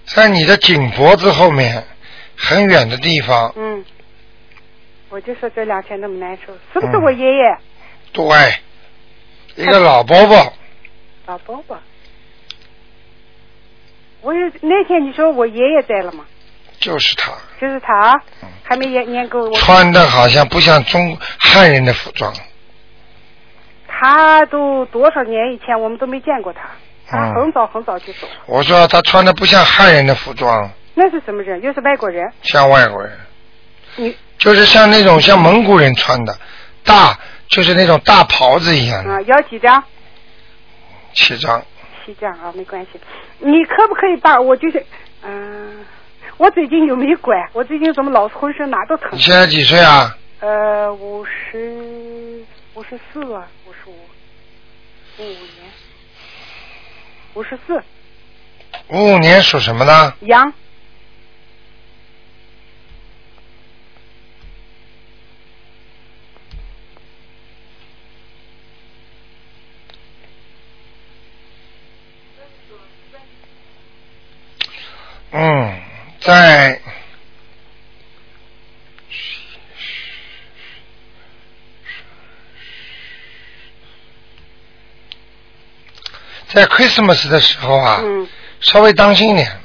S1: 在你的颈脖子后面很远的地方，
S6: 嗯，我就说这两天那么难受，是不是
S1: 嗯
S6: 我爷爷、
S1: 对，一个老伯伯，
S6: 老伯伯？我有那天你说我爷爷在了吗？
S1: 就是他，
S6: 就是他啊，还没念念够我。
S1: 嗯穿的好像不像中汉人的服装，
S6: 他都多少年以前，我们都没见过他。他
S1: 嗯
S6: 很早很早就走了。
S1: 我说他穿的不像汉人的服装，
S6: 那是什么人？又是外国人？
S1: 像外国人
S6: 你，
S1: 就是像那种像蒙古人穿的，大就是那种大袍子一样的
S6: 啊，要几张？
S1: 七张。
S6: 七张啊，没关系。你可不可以把我就是，嗯、我最近有没有拐？我最近怎么老是浑身哪都疼
S1: 你？现在几岁啊？
S6: 呃，五十五十四了，五十五，五五年，五十四，
S1: 五五年属什么呢？
S6: 羊，
S1: 嗯，在在 Christmas 的时候啊，
S6: 嗯
S1: 稍微当心点，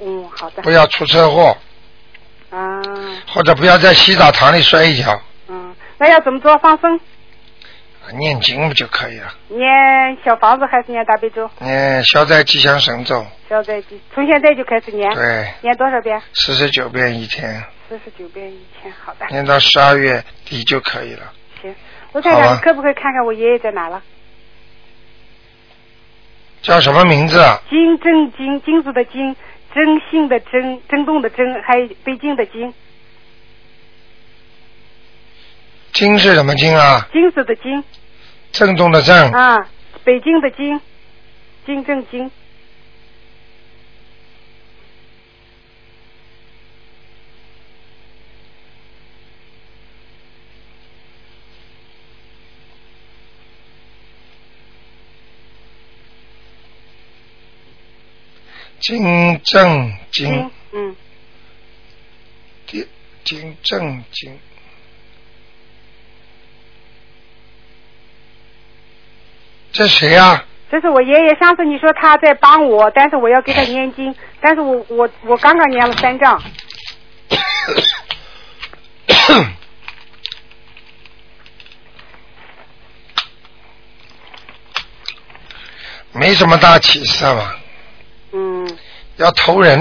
S6: 嗯，好的
S1: 不，要出车祸，
S6: 啊，
S1: 或者不要在洗澡堂里摔一跤。
S6: 嗯，那要怎么做放生？
S1: 念经不就可以了？
S6: 念小房子还是念大悲咒？
S1: 念消灾吉祥神咒，
S6: 消灾吉，从现在就开始念，
S1: 对，
S6: 念多少遍？
S1: 四十九遍一天，
S6: 四十九遍一天，好的，
S1: 念到十二月底就可以了。
S6: 行。我看
S1: 好
S6: 看
S1: 啊
S6: 你可不可以看看我爷爷在哪了？
S1: 叫什么名字啊？
S6: 金正金，金子的金，征信的征，争动的争，还有北京的京，
S1: 金是什么金啊？
S6: 金子的金
S1: 震动的震，
S6: 啊，北京的京，金正金，
S1: 金正金
S6: 金，嗯，
S1: 金金正金。这谁呀、啊？
S6: 这是我爷爷。上次你说他在帮我，但是我要给他念
S1: [laughs]
S6: 经，但是我我我刚刚念了三章，
S1: 没什么大启示嘛，
S6: 嗯，
S1: 要投人，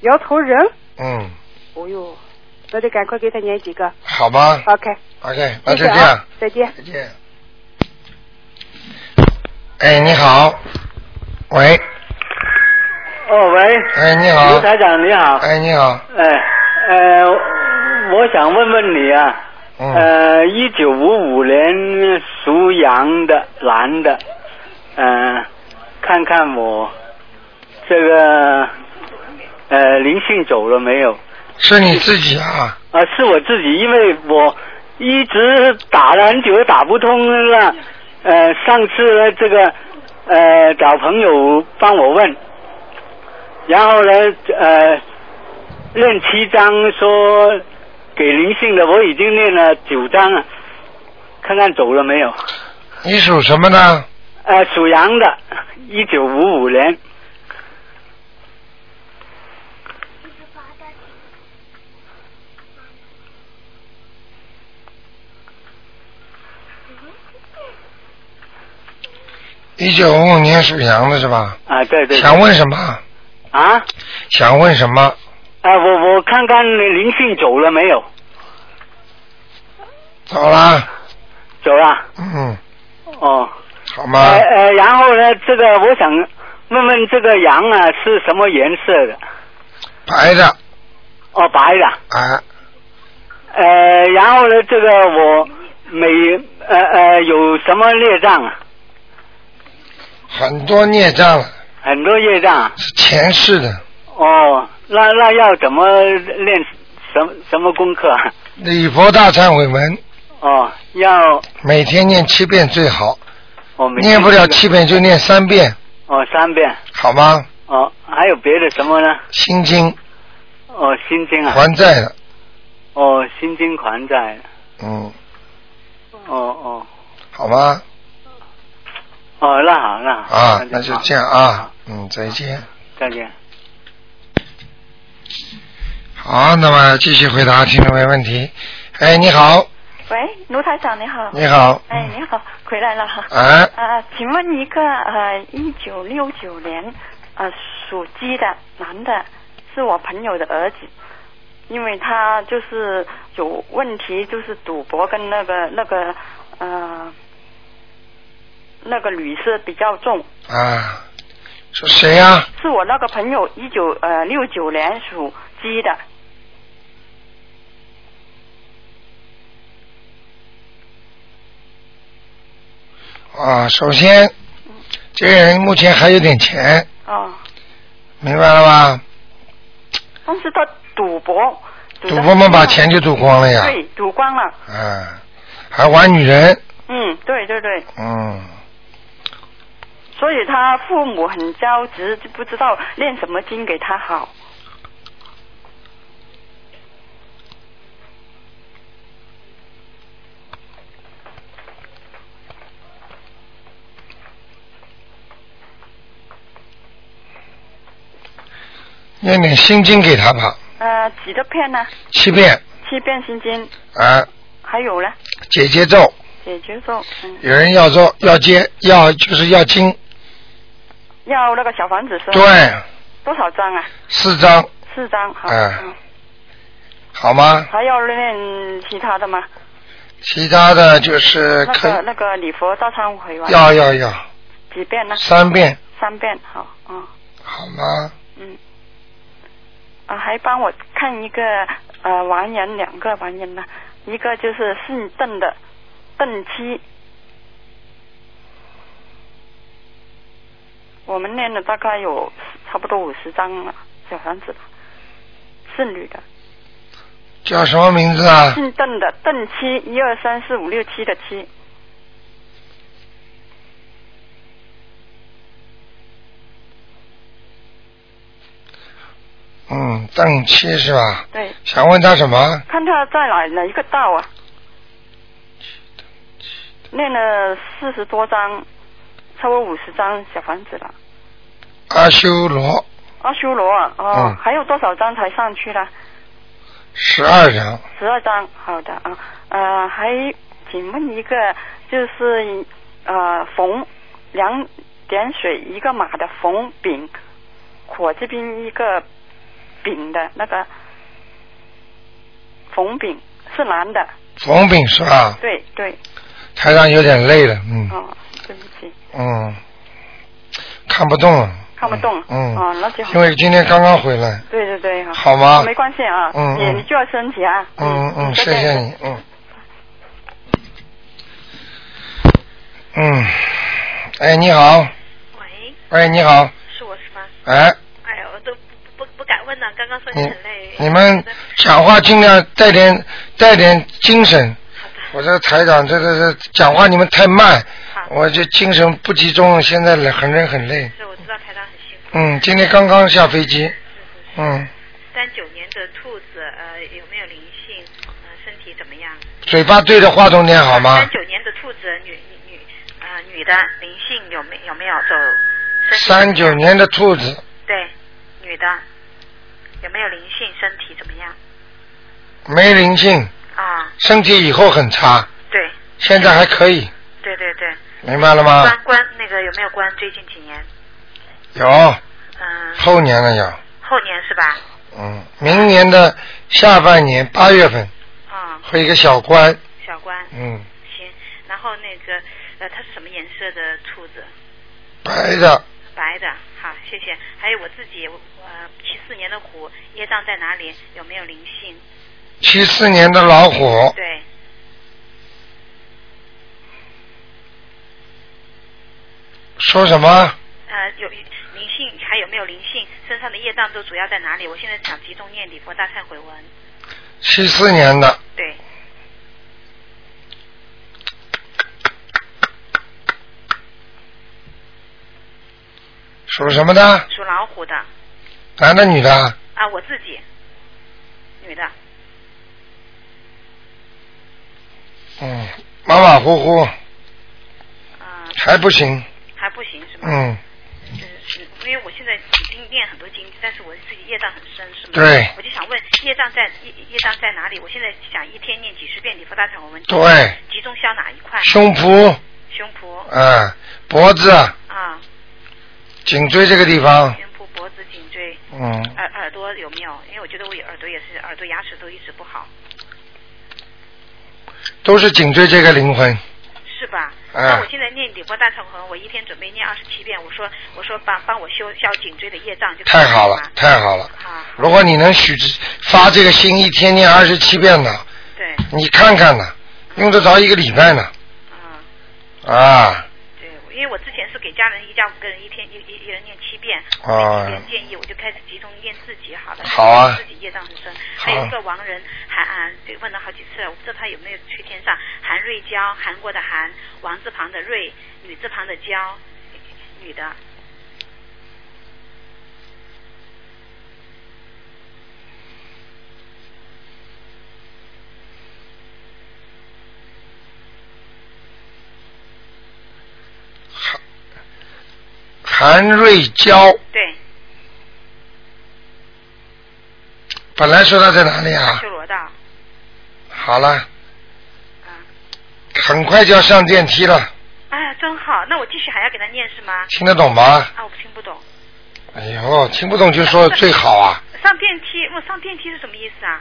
S6: 摇头人，
S1: 嗯，
S6: 哦呦，那得赶快给他念几个。
S1: 好吧
S6: OK，
S1: ，OK，那就
S6: 谢谢
S1: 这样
S6: 啊，，再见。
S1: 再见。哎，你好，喂，
S7: 哦喂，
S1: 哎，你
S7: 卢
S1: 好，
S7: 台长你好，
S1: 哎，你好，
S7: 呃呃，我想问问你啊，
S1: 嗯，
S7: 呃，一九五五年属羊的男的，呃，看看我这个呃灵性走了没有？
S1: 是你自己啊？
S7: 啊，是我自己，因为我一直打了很久也打不通了。呃，上次呢，这个呃找朋友帮我问，然后呢，呃，练七章说给灵性的，我已经练了九章了，看看走了没有？
S1: 你属什么呢？
S7: 呃，属羊的，一九五五年，
S1: 一九五五年属羊的是吧？
S7: 啊，对对对
S1: 想问什么？
S7: 啊，
S1: 想问什么？
S7: 啊，我我看看灵性走了没有？
S1: 走啦，
S7: 走了，
S1: 嗯，
S7: 哦。
S1: 好吗？
S6: 哎
S7: 呃呃，然后呢，这个我想问问这个羊啊是什么颜色的？
S1: 白的
S7: 哦，白的。
S1: 啊，
S7: 呃，然后呢，这个我每呃呃有什么孽障啊？
S1: 很多孽障了，
S7: 很多业障啊。
S1: 是前世的
S7: 哦，那那要怎么练什么什么功课啊？
S1: 礼佛大忏悔文，
S7: 哦，要
S1: 每天念七遍最好，
S7: 我每
S1: 念不了七遍就念三遍，
S7: 哦三遍
S1: 好吗？
S7: 哦，还有别的什么呢？
S1: 心经
S7: 哦，心经啊。
S1: 还债了，
S7: 哦，心经还债。
S1: 嗯，
S7: 哦哦
S1: 好吗？
S7: 哦，那好那好。
S1: 啊，那就
S7: 好
S1: 这样啊，嗯，再见。
S7: 再见。
S1: 好，那么继续回答听众没问题。哎，你好，
S8: 喂，卢台长你好。
S1: 你好，
S8: 哎，
S1: 嗯
S8: 你好，回来了哈。
S1: 哎，
S8: 啊，请问一个呃，一九六九年呃属鸡的男的，是我朋友的儿子，因为他就是有问题，就是赌博跟那个那个呃那个女色比较重。
S1: 啊，是谁啊呀、
S8: 是我那个朋友一九呃六九年属鸡的，
S1: 啊，首先，这个人目前还有点钱，
S8: 哦，
S1: 明白了吧？
S8: 但是他赌博，赌
S1: 赌
S8: 得
S1: 博嘛，
S8: 很
S1: 把
S8: 大
S1: 钱就赌光了呀。
S8: 对赌光了。
S1: 啊，还玩女人，
S8: 嗯，对对对，
S1: 嗯，
S8: 所以他父母很焦急，就不知道念什么经给他好。
S1: 念点心经给他吧，
S8: 呃，几多片呢？
S1: 七遍
S8: 七遍心经，
S1: 啊，
S8: 还有呢？
S1: 解结咒，
S8: 姐也就是说，嗯，
S1: 有人要做要接要就是要经，
S8: 要那个小房子是吧？
S1: 对，
S8: 多少张啊？
S1: 四张，
S8: 四张，好。
S1: 嗯
S8: 嗯
S1: 好吗？
S8: 还要练其他的吗？
S1: 其他的就是
S8: 那
S1: 呃可
S8: 个那个礼佛大忏悔文
S1: 要要要，
S8: 几遍呢？
S1: 三遍。
S8: 三遍，好，嗯
S1: 好吗？
S8: 嗯。啊，还帮我看一个呃亡人，两个亡人呢，一个就是姓邓的邓七，我们念了大概有差不多五十张了，小房子了，是女的，
S1: 叫什么名字啊？
S8: 姓邓的邓七，一二三四五六七的七，
S1: 嗯，邓七是吧？
S8: 对，
S1: 想问他什么？
S8: 看他在哪哪一个道啊？念了四十多张，超过五十张小房子了。
S1: 阿修罗
S8: 阿修罗啊，哦，
S1: 嗯
S8: 还有多少张才上去了？
S1: 十二人，
S8: 十二张，好的啊，呃，还请问一个，就是呃，冯两点水一个马的冯丙，火字边一个丙的那个冯丙是男的，
S1: 冯炳是吧？
S8: 对对，
S1: 台上有点累了，嗯
S8: 哦，对不起，
S1: 嗯，看不动了，
S8: 看不动，
S1: 嗯
S8: 哦，那就好
S1: 因为今天刚刚回来，
S8: 对对对，
S1: 好吗
S8: 没关系啊，
S1: 嗯
S8: 你
S1: 嗯
S8: 你就要身体啊，
S1: 嗯嗯，
S8: 再
S1: 谢
S8: 见
S1: 谢你，嗯。嗯，哎，你好，
S9: 喂，
S1: 喂，你好，
S9: 是我是吗？
S1: 哎，
S9: 哎呀，我都不不不不敢问了，刚刚说你
S1: 你
S9: 很累。
S1: 你们讲话尽量带点带点精神。我这台长，这这这讲话你们太慢，我这精神不集中，现在很人很累。
S9: 是，我知道台长很辛苦。
S1: 嗯，今天刚刚下飞机。嗯，
S9: 三九年的兔子，呃，有没有灵性？呃，身体怎么样？
S1: 嘴巴对着话筒点好吗
S9: 啊三？九年的兔子，女女女，呃，女的灵性有没有没有走？
S1: 三九年的兔子，
S9: 对，女的有没有灵性？身体怎么样？
S1: 没灵性，
S9: 啊，
S1: 身体以后很差，
S9: 对
S1: 现在还可以，
S9: 对对对。
S1: 明白了吗？
S9: 关关那个有没有关？最近几年，
S1: 有，
S9: 嗯，
S1: 后年了有，
S9: 后年是吧？
S1: 嗯，明年的下半年八月份
S9: 啊、
S1: 会一个小关，
S9: 小关，
S1: 嗯，
S9: 行。然后那个呃，它是什么颜色的兔子？
S1: 白的，
S9: 白的，好，谢谢。还有我自己，我呃，七四年的虎，业障在哪里？有没有灵性？
S1: 七四年的老虎，
S9: 对，
S1: 说什么？
S9: 呃，有灵性，还有没有灵性？身上的业障都主要在哪里？我现在想集中念礼佛大忏悔文。
S1: 七四年的
S9: 对，
S1: 属什么的？
S9: 属老虎的
S1: 男的女的？
S9: 啊，我自己，女的，
S1: 嗯，马马虎虎，还不行，
S9: 还啊不行是吗？
S1: 嗯，
S9: 嗯，因为我现在已经念很多经，但是我自己业障很深，是吗？
S1: 对
S9: 我就想问，业障在业业障在哪里？我现在想一天念几十遍礼佛大忏悔文，
S1: 对，
S9: 集中消哪一块？
S1: 胸脯，
S9: 哎胸脯
S1: 啊，脖子、
S9: 啊，
S1: 颈椎这个地方，
S9: 胸脯、脖子、颈椎，
S1: 嗯，
S9: 耳耳朵有没有？因为我觉得我耳朵也是耳朵牙齿都一直不好，
S1: 都是颈椎这个灵魂，
S9: 是吧？
S1: 嗯
S9: 那我现在念礼佛大忏悔文，我一天准备念二十七遍。我说我说帮帮我修消颈椎的业障就可以
S1: 太好了
S9: 吗，
S1: 太好了。
S9: 啊，
S1: 如果你能许之发这个心，一天念二十七遍呢，
S9: 对，
S1: 你看看呢，用得着一个礼拜呢。啊，
S9: 对，因为我之前是给家人一家五个人一天一一一人念七遍，
S1: 哦
S9: 我给别人建议，我就开始集中念自己好了。
S1: 好啊
S9: 自己业障很深。
S1: 好啊
S9: 还有一个亡人韩啊，对，问了好几次了，我不知道他有没有去天上。韩瑞娇，韩国的韩，王字旁的瑞，女字旁的娇，女的。
S1: 韩瑞娇
S9: 对，
S1: 本来说他在哪里
S9: 阿
S1: 啊
S9: 修？罗道。啊
S1: 好了，很快就要上电梯了，
S9: 哎，真好，那我继续还要给他念是吗？
S1: 听得懂吗？
S9: 啊，我听不懂。
S1: 哎呦，听不懂就说最好啊，
S9: 上电梯，我上电梯是什么意思啊？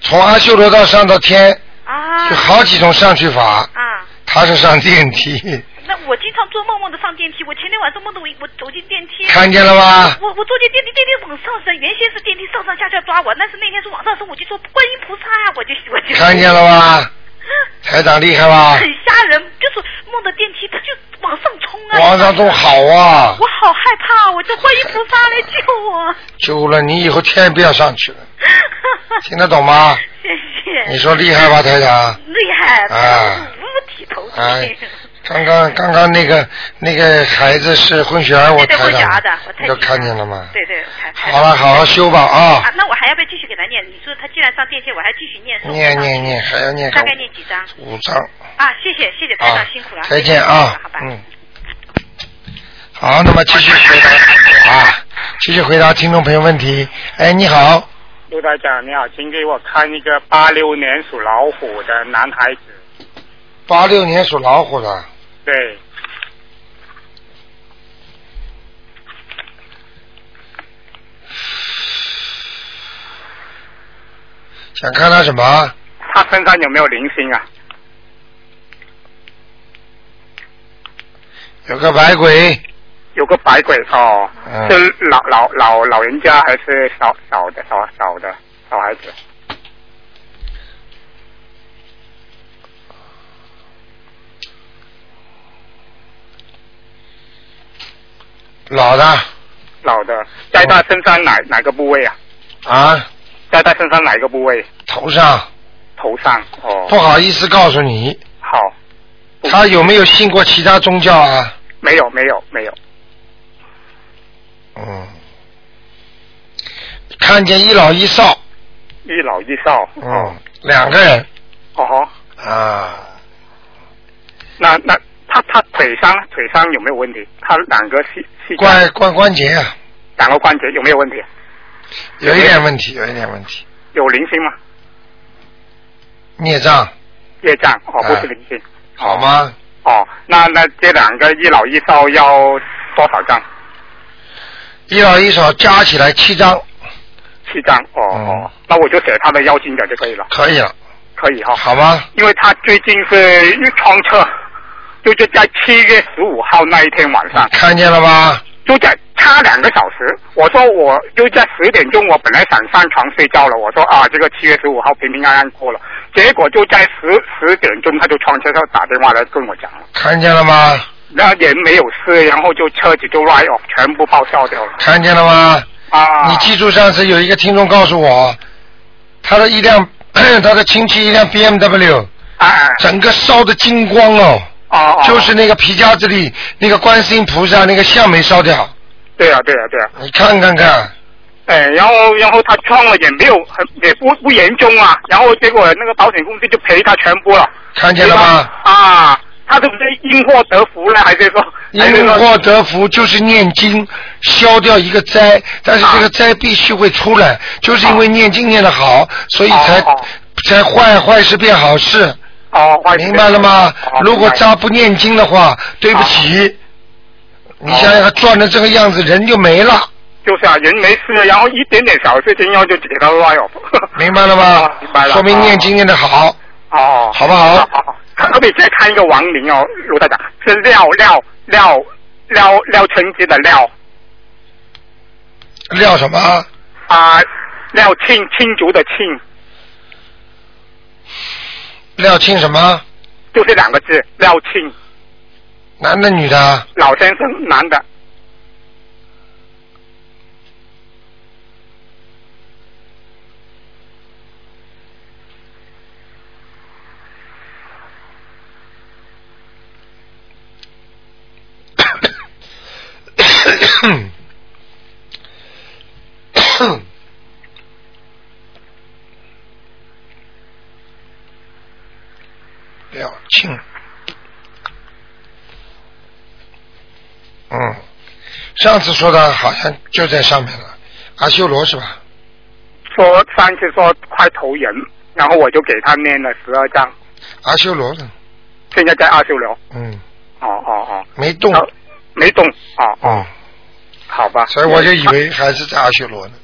S1: 从阿修罗道上到天，
S9: 啊
S1: 有好几种上去法，
S9: 啊，
S1: 他是上电
S9: [laughs]
S1: 梯，
S9: 那我经常做梦梦到上电梯，我前天晚上梦到我我走进电梯，
S1: 看见了吧
S9: 我我坐进电梯，电梯往上升，原先是电梯上上下下抓我，但是那天是往上升，我就说观音菩萨，我就我就
S1: 看见了
S9: [laughs]
S1: 吧？台长厉害吧
S9: 很？吓人，就是梦到电梯，它就往上冲啊！
S1: 往上冲好啊
S9: 我好害怕，我这观音菩萨来救我！
S1: 救了你以后天不要上
S9: [laughs]
S1: 去了，听得懂吗？
S9: 谢谢。
S1: 你说厉害吧，台长？
S9: 厉害！
S1: 啊
S9: 五体投地。
S1: 哎，刚刚刚刚那个那个孩子是混血儿，我
S9: 对对，
S1: 台
S9: 我夹
S1: 长
S9: 的，我，太
S1: 你都看见了吗？
S9: 对对，台台
S1: 好了，好好修吧啊！
S9: 啊，那我还要不要继续给他念？你说他既然上电梯，我还继续念。是吧
S1: 念念念，还要念个
S9: 大概念几张？
S1: 五张。
S9: 啊，谢谢谢谢台
S1: 啊
S9: 长，辛苦了，
S1: 再见啊
S9: 好吧，，
S1: 嗯。好，那么继续回答啊，继续回答听众朋友问题。哎，你好，
S10: 陆台长你好，请给我看一个八六年属老虎的男孩子。
S1: 八六年属老虎的，
S10: 对，
S1: 想看他什么？
S10: 他身上有没有灵性啊？
S1: 有个白鬼，
S10: 有个白鬼哦，
S1: 嗯
S10: 是老老老老人家还是小小的小小的小孩子？
S1: 老的
S10: 老的，在他身上
S1: 哦
S10: 哪、哪个部位啊？
S1: 啊，
S10: 在他身上哪个部位？
S1: 头上。
S10: 头上哦。
S1: 不好意思告诉你，
S10: 好，
S1: 他有没有信过其他宗教啊？
S10: 没有没有没有，
S1: 嗯，看见一老一少，
S10: 一老一少。
S1: 嗯，两个人
S10: 哦吼，
S1: 啊，
S10: 那那他他腿上呢腿上有没有问题？他两个膝膝
S1: 关关关节啊，
S10: 两个关节有没有问题？
S1: 有一点问题，有一点问题，
S10: 有灵性吗？
S1: 孽障，
S10: 业障哦，不
S1: 哎
S10: 是灵性。
S1: 好吗？
S10: 哦，那那这两个一老一少要多少张？
S1: 一老一少加起来七张，
S10: 七张哦哦，那我就写他的要经者就可以了，
S1: 嗯可以了，
S10: 可以哈、
S1: 好吗？
S10: 因为他最近是一撞车，就是在七月十五号那一天晚上，
S1: 看见了吧？
S10: 就在差两个小时。我说我就在十点钟，我本来想上床睡觉了，我说啊，这个七月十五号平平安安过了，结果就在十十点钟他就撞车，他打电话来跟我讲了，
S1: 看见了吗？
S10: 那人没有事，然后就车子就 ride off，全部报销掉了。
S1: 看见了吗？
S10: 啊！
S1: 你记住，上次有一个听众告诉我，他的一辆 [clears throat] 他的亲戚一辆 BMW，整个烧的精光啊哦，就是那个皮夹子里那个观世音菩萨那个像没烧掉，
S10: 对啊，对啊，对啊。
S1: 你看看看，
S10: 哎，然后然后他撞了也没有很也不不严重啊，然后结果那个保险公司就赔他全部了。
S1: 看见了吗？
S10: 啊，他是不是因祸得福了，还是说还是
S1: 因
S10: 说
S1: 祸得福就是念经消掉一个灾，但是这个灾必须会出来，就是因为念经念得好，所以才、才坏坏事变好啊事。
S10: 哦，
S1: 明白啊了吗？如果他不念经的话，对不起，你想想他转成这个样子，人就没了，
S10: 就是啊，人没事，然后一点点小事情，然后就给他拉哦。
S1: 明白了啊吗？
S10: 明白了
S1: 说明念经念得好，
S10: 哦，
S1: 好不好？
S10: 可不可以再看一个亡灵哦，卢大长是廖廖廖廖廖春枝的廖
S1: 料什么？
S10: 啊，廖庆庆祝的庆，
S1: 料庆什么？
S10: 就是两个字廖庆，
S1: 男的女的？
S10: 老先生男
S1: [coughs]
S10: 的。
S1: 廖庆，嗯，上次说的好像就在上面了，阿修罗是吧？
S10: 说上次说快投人，然后我就给他念了十二章。
S1: 阿修罗的，
S10: 现在在二修楼。
S1: 嗯，
S10: 哦哦哦，
S1: 没动，
S10: 没动。哦，
S1: 哦，
S10: 好吧。
S1: 所以我就以为还是在阿修罗呢。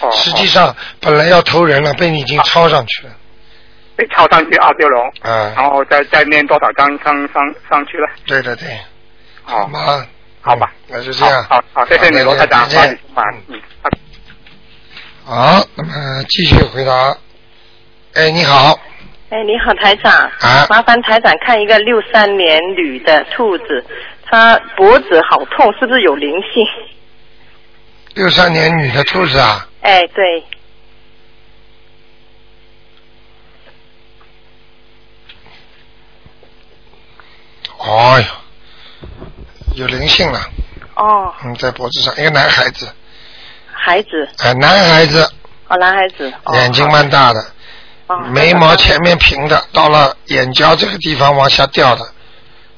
S10: 哦，
S1: 实际上本来要投人了，被你已经抄上去了。
S10: 哦被抄上去二修楼，
S1: 啊，
S10: 然后再再念多少张上上上去了？
S1: 对的对，
S10: 好
S1: 吗？
S10: 好吧，
S1: 那就这样。
S10: 好好，谢谢你罗台长，
S1: 好再见
S10: 啊，嗯，好
S1: 好，那么继续回答。哎，你好，
S11: 哎，你好，台长。
S1: 啊
S11: 麻烦台长看一个六三年女的兔子，她脖子好痛，是不是有灵性？
S1: 六三年女的兔子啊，
S11: 哎，对，
S1: 哎呦，有灵性了，
S11: 哦，
S1: 嗯，在脖子上，一个男孩子，
S11: 孩子，
S1: 哎，男孩子，
S11: 哦，男孩子，哦，
S1: 眼睛蛮大的，
S11: 哦
S1: 眉毛前面平的，到了眼角这个地方往下掉的，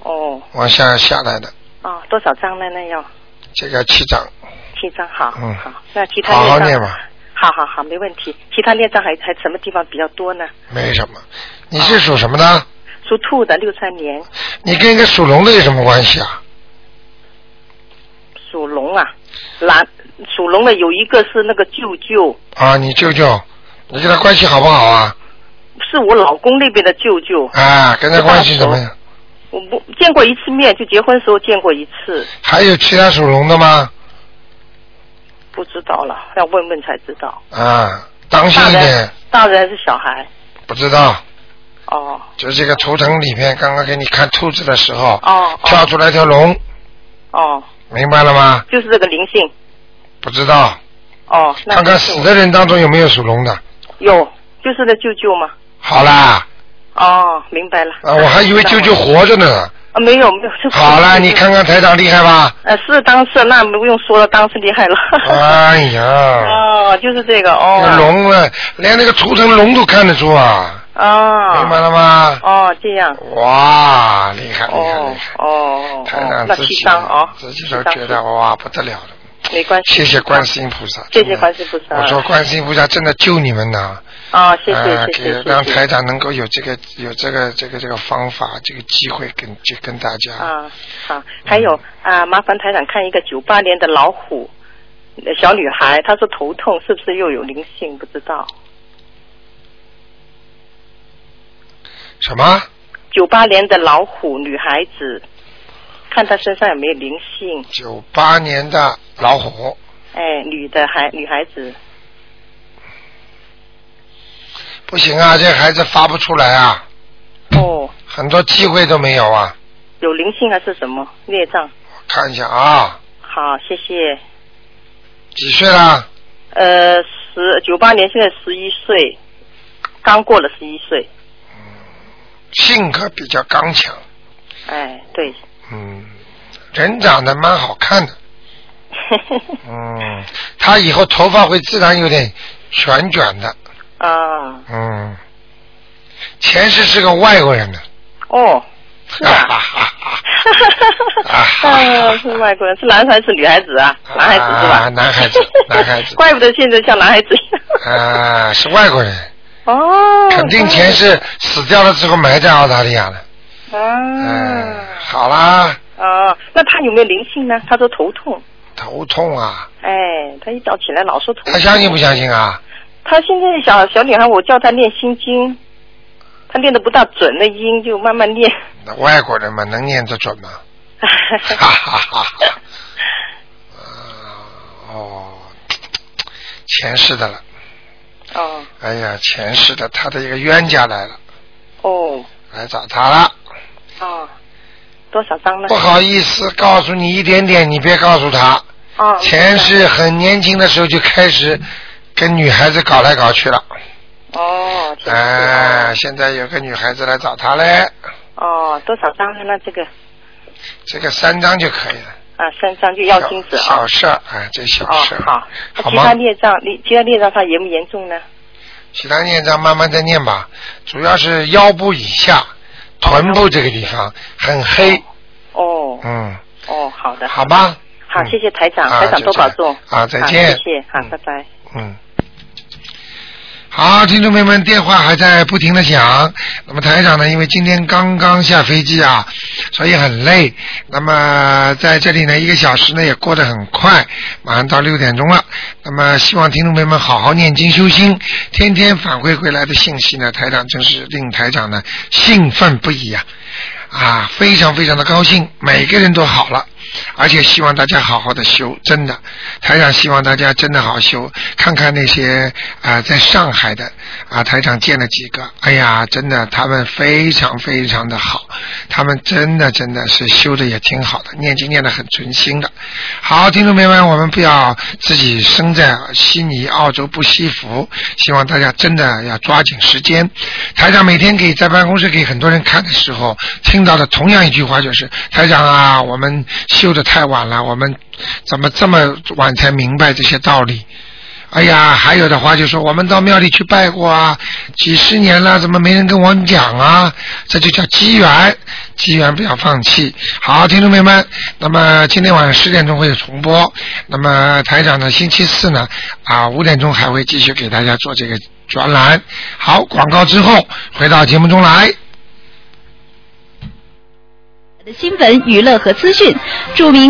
S11: 哦，
S1: 往下下来的，
S11: 哦，多少张呢？那要
S1: 这个气长，
S11: 七张，好，
S1: 嗯，
S11: 那其他
S1: 好好
S11: 孽
S1: 念
S11: 障，
S1: 吧，
S11: 好好好，没问题。其他孽障还还什么地方比较多呢？
S1: 没什么。你是属什么呢？
S11: 属兔的，六三年，
S1: 你跟一个属龙的有什么关系啊？
S11: 属龙啊，蓝，属龙的有一个是那个舅舅，
S1: 啊，你舅舅，你跟他关系好不好啊？
S11: 是我老公那边的舅舅，
S1: 啊，跟他关系怎么样？
S11: 我不见过一次面，就结婚时候见过一次，
S1: 还有其他属龙的吗？
S11: 不知道了，要问问才知道。
S1: 啊，当心一
S11: 大
S1: 点
S11: 人，大人还是小孩？
S1: 不知道。
S11: 哦
S1: 就这个图腾里面，刚刚给你看兔子的时候，
S11: 哦
S1: 跳出来条龙，
S11: 哦，
S1: 明白了吗？
S11: 就是这个灵性。
S1: 不知道，
S11: 哦，那
S1: 看看
S11: 就是
S1: 死的人当中有没有属龙的。
S11: 有，就是那舅舅嘛。
S1: 好啦，
S11: 哦，明白了。
S1: 啊，我还以为舅舅活着呢。
S11: 啊，没有没有。就是
S1: 好啦，你看看台长厉害吧？
S11: 呃，是当时那不用说了，当时厉害了。
S1: 哎呀，
S11: [laughs] 哦，就是这个
S1: 那
S11: 哦。
S1: 龙了，连那个图腾龙都看得出啊，
S11: 哦。
S1: 明白了吗？
S11: 哦，这样。
S1: 哇，厉害厉害厉害！
S11: 哦
S1: 台
S11: 哦，
S1: 长
S11: 那
S1: 自
S11: 七
S1: 己
S11: 张哦，
S1: 自己
S11: 七
S1: 都
S11: 张
S1: 觉得哇不得了了，
S11: 没关系。
S1: 谢谢观世音菩萨。
S11: 谢谢观世菩萨。
S1: 我说观世音菩萨真的救你们呐！
S11: 哦，谢
S1: 啊
S11: 谢谢
S1: 给
S11: 谢谢
S1: 让台
S11: 谢。
S1: 长能够有这个有这个这个这个方法，这个机会跟就跟大家。
S11: 啊，好，还有
S1: 嗯
S11: 啊，麻烦台长看一个九八年的老虎呃小女孩，她说头痛，是不是又有灵性？不知道。
S1: 什么？
S11: 九八年的老虎女孩子，看她身上有没有灵性？
S1: 九八年的老虎，
S11: 哎，女的孩女孩子，
S1: 不行啊，这孩子发不出来啊，
S11: 哦，
S1: 很多机会都没有啊。
S11: 有灵性还是什么孽障？
S1: 看一下啊，
S11: 好，谢谢。
S1: 几岁啦？
S11: 呃，十九八年，现在十一岁，刚过了十一岁。
S1: 性格比较刚强，
S11: 哎，对，
S1: 嗯，人长得蛮好看 [laughs] 的，嗯，他以后头发会自然有点旋卷的，
S11: 啊，
S1: 嗯，前世是个外国人呢，
S11: 哦，是啊，啊，是外国人，是男孩子女孩子啊？男孩子是吧？
S1: 啊，男孩子， [laughs] 男孩子，
S11: [laughs] 怪不得现在像男孩子一样。
S1: 啊，是外国人，
S11: 哦，
S1: [laughs] 肯定前世死掉了之后埋在澳大利亚了。
S11: 啊，
S1: 好啦，
S11: 哦，那他有没有灵性呢？他说头痛，
S1: 头痛啊，
S11: 哎，他一早起来老说头痛。
S1: 他相信不相信啊？
S11: 她现在小小女孩，我叫她念心经，她念的不大准，那音就慢慢念。 [laughs]
S1: 那外国人嘛，能念得准吗？哈哈哈哈。啊 [laughs] 哦，前世的了。
S11: 哦
S1: 哎呀，前世的他的一个冤家来了，
S11: 哦
S1: 来找他了。
S11: 哦，多少张呢？
S1: 不好意思，告诉你一点点，你别告诉他。
S11: 哦，
S1: 嗯前世很年轻的时候就开始跟女孩子搞来搞去了。
S11: 哦
S1: 哎、现在有个女孩子来找他嘞，
S11: 哦，多少张呢？那这个
S1: 这个三张就可以了。
S11: 啊，三张就要金子啊。
S1: 小事儿，哎，这小事儿、
S11: 哦那
S1: 好
S11: 其他
S1: 吗？
S11: 孽障，你其他孽障它严不严重呢？
S1: 其他念章慢慢再念吧，主要是腰部以下、臀部这个地方很黑，
S11: 哦
S1: 嗯，
S11: 哦，好的。
S1: 好吧，
S11: 好，
S1: 嗯
S11: 谢谢台长，
S1: 啊
S11: 台长
S1: 就
S11: 多
S1: 这样
S11: 保重。
S1: 啊再见
S11: 好谢谢，好，拜拜。
S1: 嗯。好，听众朋友们，电话还在不停的响。那么台长呢，因为今天刚刚下飞机啊，所以很累。那么在这里呢，一个小时呢也过得很快，马上到六点钟了。那么希望听众朋友们好好念经修心，天天反馈回来的信息呢，台长真是令台长呢兴奋不已啊！啊，非常非常的高兴，每个人都好了，而且希望大家好好的修，真的，台长希望大家真的好好修，看看那些啊、在上海的啊、台长见了几个，哎呀，真的他们非常非常的好，他们真的真的是修的也挺好的，念经念得很存心的。好，听众朋友们，我们不要自己身在悉尼、澳洲不惜福，希望大家真的要抓紧时间。台长每天给在办公室给很多人看的时候，听到的同样一句话就是：“台长啊，我们修的太晚了，我们怎么这么晚才明白这些道理？”哎呀，还有的话就说我们到庙里去拜过啊，几十年了，怎么没人跟我们讲啊？这就叫机缘，机缘不要放弃。好，听众朋友们，那么今天晚上十点钟会有重播，那么台长呢，星期四呢啊五点钟还会继续给大家做这个专栏。好，广告之后回到节目中来。
S12: 新闻、娱乐和资讯，著名。